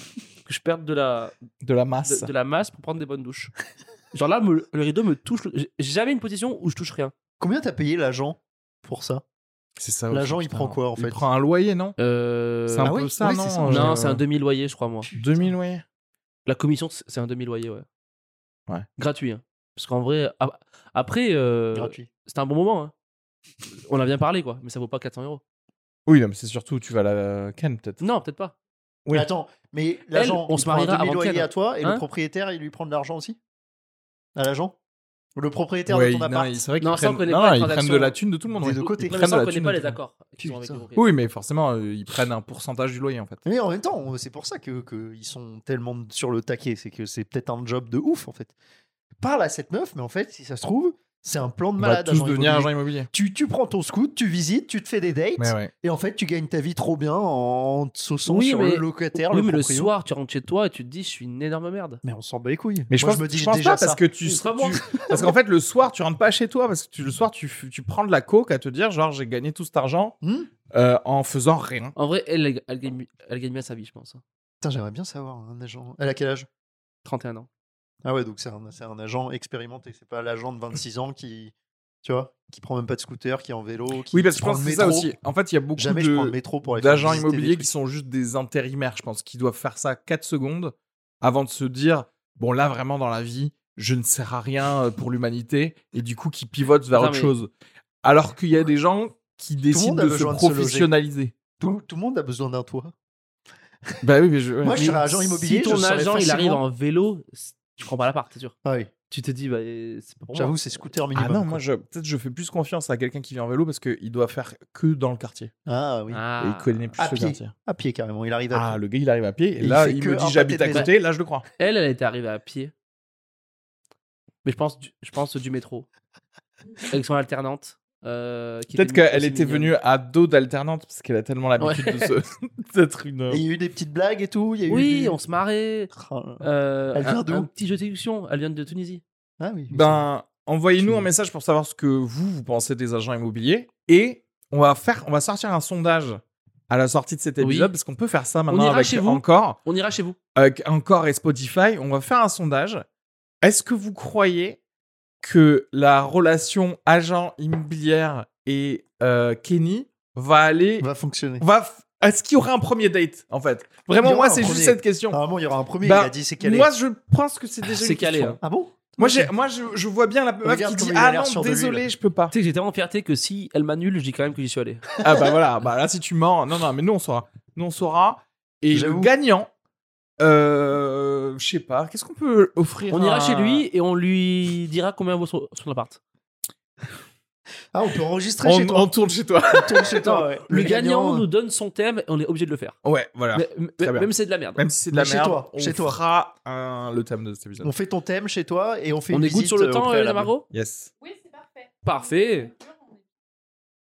A: que je perde de la,
B: De la
A: de,
B: masse.
A: de la masse pour prendre des bonnes douches. Genre là, me- le rideau me touche. le- J'ai j'ai jamais une position où je touche rien.
C: Combien t'as payé l'agent pour ça
B: C'est ça.
C: L'agent,
B: aussi,
C: il prend
B: putain.
C: quoi, en
B: Il
C: fait
B: prend un loyer, non
A: Euh,
B: C'est un
C: ah
B: peu
C: oui,
B: ça,
C: oui,
B: non
C: c'est ça.
A: Non,
B: euh,
A: c'est un demi-loyer, je crois, moi.
B: 2000 loyers.
A: La commission, c'est c'est un demi-loyer, ouais.
B: Ouais.
A: Gratuit. hein. Parce qu'en vrai, ap- après, euh,
C: Gratuit.
A: c'était un bon moment. hein. On a bien parlé, quoi. Mais ça vaut pas 400 euros.
B: Oui, non, mais c'est surtout tu vas à la Cannes peut-être.
A: Non, peut-être pas.
B: Oui.
C: Attends, mais l'agent,
A: Elle, on
C: il
A: se
C: prend un
A: mariera avant
C: demi-loyer
A: qu'elle.
C: à toi et
A: Hein
C: le propriétaire, il lui prend de l'argent aussi À l'agent Le propriétaire
B: Ouais,
C: de ton
B: il- non,
C: appart
B: il- c'est vrai qu'ils
A: Non, ça, on
B: prennent,
A: connaît
B: non,
A: pas les
B: ils prennent
A: transactions.
B: de la thune de tout le monde.
C: Des
B: ouais.
C: deux côtés.
B: Ils
A: Ouais,
B: prennent
A: mais
B: de
A: ça, on
B: la
A: connaît
B: thune
A: pas
B: de
A: les
B: tout le monde.
A: accords qu'ils ont avec
C: Putain.
A: le propriétaire.
B: Oui, mais forcément, euh, ils prennent un pourcentage du loyer en fait.
C: Mais en même temps, c'est pour ça que qu'ils sont tellement sur le taquet, c'est que c'est peut-être un job de ouf en fait. Parle à cette meuf, mais en fait, si ça se trouve, c'est un plan de
B: On va
C: malade.
B: tous
C: agent
B: devenir
C: immobilier.
B: agents immobiliers.
C: Tu, tu prends ton scout, tu visites, tu te fais des dates,
B: Mais ouais.
C: et en fait, tu gagnes ta vie trop bien en te sauçant
A: Oui,
C: sur
A: mais-
C: le locataire,
A: Oui,
C: le
A: mais le
C: proprio.
A: soir, tu rentres chez toi et tu te dis, je suis une énorme merde.
C: Mais on s'en bat les couilles.
B: Mais je
C: Moi,
B: pense,
C: me dis
B: je pense
C: déjà
B: pas parce
C: ça.
B: que tu,
A: C'est pas moi.
B: tu- parce qu'en fait le soir tu rentres pas chez toi parce que tu- le soir tu, f- tu prends de la coke à te dire genre j'ai gagné tout cet argent
C: Hmm
B: euh, en faisant rien.
A: En vrai, elle, elle, elle gagne, elle gagne bien sa vie, je pense. hein.
C: Putain, j'aimerais bien savoir un agent. Elle a quel âge
A: 31 ans.
C: Ah ouais, donc c'est un, c'est un agent expérimenté, c'est pas l'agent de 26 ans qui, tu vois, qui prend même pas de scooter, qui est en vélo. Qui
B: Oui parce que je
C: prend
B: pense que
C: le
B: c'est ça
C: métro.
B: aussi. En fait il y a beaucoup
C: Jamais
B: de-
C: je prends le métro pour aller faire
B: d'agents
C: visiter des
B: immobiliers
C: trucs.
B: qui sont juste des intérimaires je pense qui doivent faire ça 4 secondes avant de se dire bon là vraiment dans la vie je ne sers à rien euh, pour l'humanité et du coup qui pivotent vers
A: Non,
B: autre
A: mais-
B: chose. Alors qu'il y a des gens qui décident
C: monde a
B: de se
C: besoin de se loger.
B: professionnaliser.
C: Tout, tout le monde a besoin d'un toit.
B: bah oui mais je,
C: Moi, je
B: mais
C: serais agent
A: Si
C: immobilier.
A: ton
C: je serais
A: agent, il arrive
C: facilement-
A: en vélo, c- tu prends pas l'appart, c'est sûr.
C: Ah oui,
A: Tu te dis, bah, euh, c'est pas pour moi.
C: j'avoue, c'est scooter minimum.
B: Ah non,
C: quoi.
B: moi je- peut-être je fais plus confiance à quelqu'un qui vient en vélo parce qu'il doit faire que dans le quartier.
C: Ah oui,
B: Et
A: Ah.
B: il connaît plus
C: À
B: le
C: pied.
B: quartier.
C: à pied carrément, il arrive à
B: Ah, le gars il arrive à pied. Et,
C: Et il
B: là
C: fait
B: il
C: que
B: me
C: un
B: dit
C: pâté
B: j'habite
C: de
B: à
C: maison.
B: côté, là je le crois.
A: Elle, elle était arrivée à pied. Mais je pense, du- je pense du métro. Avec son alternante. euh, qui
B: Peut-être
A: était mi-
B: qu'elle
A: aussi
B: était
A: mignonne.
B: venue à dos d'alternante parce qu'elle a tellement l'habitude de se. d'être une. euh,
C: pied. Et il y a eu des petites blagues et tout. Il y a eu
A: Oui,
C: du-
A: on se marrait.
C: Oh là là.
A: Euh,
C: Elle vient
A: un,
C: d'où
A: un petit jeu de séduction. Elle vient de Tunisie.
C: Ah oui. oui,
B: Ben, envoyez-nous
C: Tu-
B: un message pour savoir ce que vous, vous pensez des agents immobiliers. Et on va, faire, on va sortir un sondage à la sortie de cet
A: Oui.
B: épisode parce qu'on peut faire ça maintenant
A: ira
B: avec
A: chez vous.
B: encore.
A: On ira chez vous.
B: avec Encore et Spotify, on va faire un sondage. Est-ce que vous croyez que la relation agent immobilière et euh, Kenny va aller
C: c'est- va fonctionner.
B: va f- est-ce qu'il y aura un premier date en fait
C: Il y
B: Vraiment
C: aura
B: moi
C: un
B: c'est juste
C: premier.
B: cette question.
C: Normalement, il y aura un premier.
B: Bah,
C: il a dit c'est calé.
B: Moi je pense que c'est déjà
A: C'est
B: une
A: calé,
B: question.
A: hein.
C: Ah bon
B: Moi j'ai moi je, je vois bien la meuf
C: Regarde
B: qui dit
C: comment il a
B: ah
C: l'air
B: non
C: sûr de lui,
B: désolé,
C: là.
B: je peux pas.
A: Tu sais que j'étais en fierté que si elle m'annule, je dis quand même que j'y suis allé.
B: ah bah voilà, bah là si tu mens, non non mais nous on saura. Nous on saura et le
C: J'avoue.
B: gagnant euh, je sais pas, qu'est-ce qu'on peut offrir
A: On ira
B: à-
A: chez lui et on lui dira combien vaut son, son appart.
C: Ah, on peut enregistrer
B: on,
C: chez toi.
B: on tourne chez toi.
C: On tourne chez toi. ouais.
A: Le, gagnant,
C: euh,
A: nous donne son thème et on est obligé de le faire.
B: Ouais, voilà.
A: Mais- mais-
B: Ah, très bien.
A: même si c'est de la merde.
B: Même si c'est de la
C: Mais chez
B: merde,
C: toi,
B: on
C: chez toi.
B: fera un- le thème de cet épisode.
C: On fait ton thème chez toi et on fait
A: on
C: une
A: est good
C: visite,
A: sur le
C: euh, au
A: temps, euh,
C: préalable.
A: Lamaro
B: Yes.
E: Oui, c'est parfait.
A: Parfait.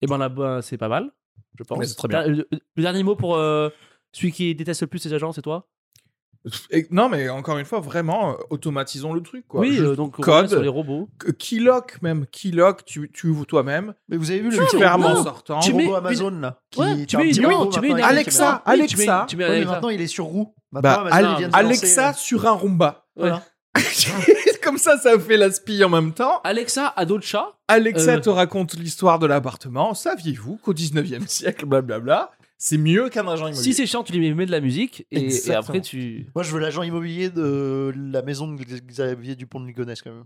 A: Et ben là, ben, c'est pas mal, je pense.
B: Mais c'est très bien.
A: Le, le dernier mot pour euh, celui qui déteste le plus ses agents, c'est toi
B: Et- non, mais encore une fois, vraiment, euh, automatisons le truc. Quoi.
A: oui,
B: Juste
A: euh, donc on
B: code.
A: revient sur les robots.
B: que- Keylock même, Keylock, tu, tu ouvres toi-même,
C: Mais vous avez vu
B: tu
C: le petit
B: fermes en
C: robot,
B: sortant.
C: petit
A: Tu mets
C: robot
A: une-
C: hein. Amazon là qui-
A: Ouais,
C: as un petit
A: une-
C: robot
A: tu mets
C: maintenant
A: une
C: avec
B: Alexa,
C: caméra.
A: Oui, tu mets-
B: Ah, Alexa.
A: tu mets
C: Ouais, mais
A: Alexa.
C: maintenant il est sur roue. Maintenant,
B: Bah,
C: Amazon, il
B: Ale-
C: vient de
B: Alexa
C: lancer,
B: sur un Roomba.
C: euh, voilà.
B: Comme ça, ça fait la spie en même temps.
A: Alexa a d'autres
B: Ah,
A: chats.
B: Alexa
A: Euh.
B: te raconte l'histoire de l'appartement. Saviez-vous qu'au 19e siècle, blablabla, c'est mieux qu'un agent immobilier
A: Si c'est chiant, tu lui mets de la musique et- et,
B: Exactement.
A: après tu.
C: euh. Moi, je veux l'agent immobilier de la maison de Xavier Dupont de Ligonnès, quand même.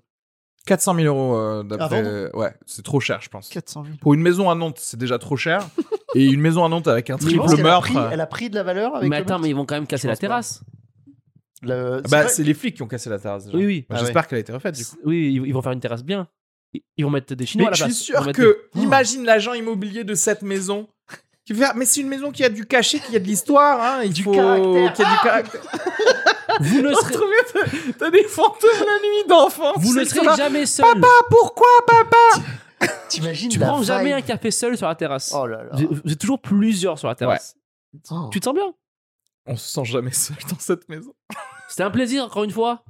B: 400 000 euros euh, d'après.
C: Ah, vraiment
B: ouais, c'est trop cher, je pense.
C: 400 000.
B: Pour une maison à Nantes, c'est déjà trop cher. Et une maison à Nantes avec un
A: Mais je
B: triple
A: pense
C: elle, a
B: meurtre.
C: pris, elle a pris de la
B: Ah,
C: valeur avec
A: Mais
C: le
A: attends,
C: meurtre.
A: mais ils vont quand même casser
B: Je
A: la
B: pense pas.
A: terrasse.
C: Le- c'est
B: Bah,
C: vrai-
B: c'est les flics qui ont cassé la terrasse. déjà.
A: Oui, oui.
B: Bah,
C: Ah
B: J'espère qu'elle a été refaite. Du coup.
A: Oui, ils- ils vont faire une terrasse bien. Ils- Ils vont mettre des
B: Mais
A: Chinois à la
B: je
A: place.
B: suis
A: Ils vont
B: sûr
A: mettre des-
B: que. Imagine l'agent immobilier de cette maison. qui va faire, Mais c'est une maison qui a du cachet, qui a de l'histoire. Hein. Il
C: Du
B: faut
C: caractère.
B: qu'il y ait du caractère.
A: Vous ne serez,
B: Trop bien, t'as- T'as des fantômes la nuit d'enfance.
A: vous ne
B: c'est
A: serez
B: ça.
A: jamais seul.
B: Pourquoi
C: T'imagines
A: tu
C: la
A: prends jamais
C: vibe.
A: un café seul sur la terrasse.
C: Oh là là.
A: J'ai j'ai toujours plusieurs sur la terrasse.
C: Oh.
A: Tu te sens bien
B: On se sent jamais seul dans cette maison.
A: C'était un plaisir, encore une fois,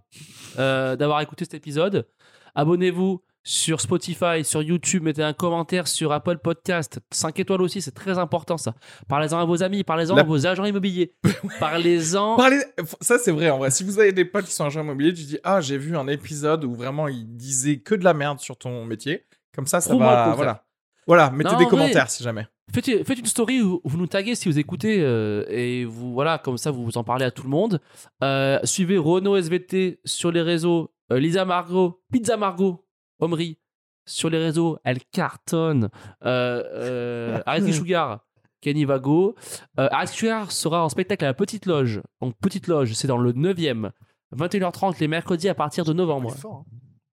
A: euh, d'avoir écouté cet épisode. Abonnez-vous sur Spotify, sur YouTube, mettez un commentaire sur Apple Podcast. 5 étoiles aussi, c'est très important ça. Parlez-en à vos amis, parlez-en
B: La-
A: à vos agents immobiliers. Parlez-en.
B: Parlez... Ça, c'est vrai en vrai. Si vous avez des potes qui sont agents immobiliers, tu dis Ah, j'ai vu un épisode où vraiment il disait que de la merde sur ton métier. Comme ça, ça
A: Prouve-moi le
B: va.
A: contraire.
B: Voilà. Voilà, mettez
A: Non,
B: des
A: oui.
B: commentaires si jamais.
A: Faites, faites une story où vous nous taguez si vous écoutez euh, et vous voilà comme ça vous en parlez à tout le monde. Euh, suivez Renault SVT sur les réseaux, euh, Lisa Margot, Pizza Margot, Omri sur les réseaux, elle cartonne. Euh, euh, Arrêtez Sugar, Kenny Vago. Euh, Arrêtez Sugar sera en spectacle à la Petite Loge. Donc Petite Loge, c'est dans le 9e, 21h30 les mercredis à partir de novembre.
C: C'est fort, hein.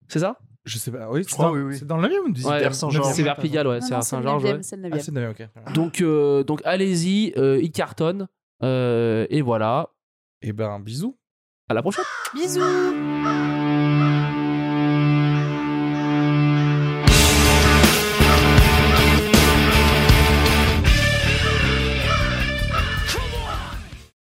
A: C'est ça
B: Je sais pas. Oui, c'est
C: crois,
B: dans...
C: oui, oui.
B: c'est dans le 9 ou 18
A: Ouais,
C: Saint-Georges.
A: C'est vers Pigalle, ouais,
E: Non,
A: Ah, c'est
E: non,
A: à Saint-Georges.
E: c'est le
A: ouais.
E: 9e, c'est le
B: Ah,
E: 9e.
B: c'est dans le 9e, ok. Voilà.
A: Donc, euh, donc allez-y, euh, il cartonne. Euh, et voilà,
B: Eh ben, bisous.
A: à la prochaine.
E: Bisous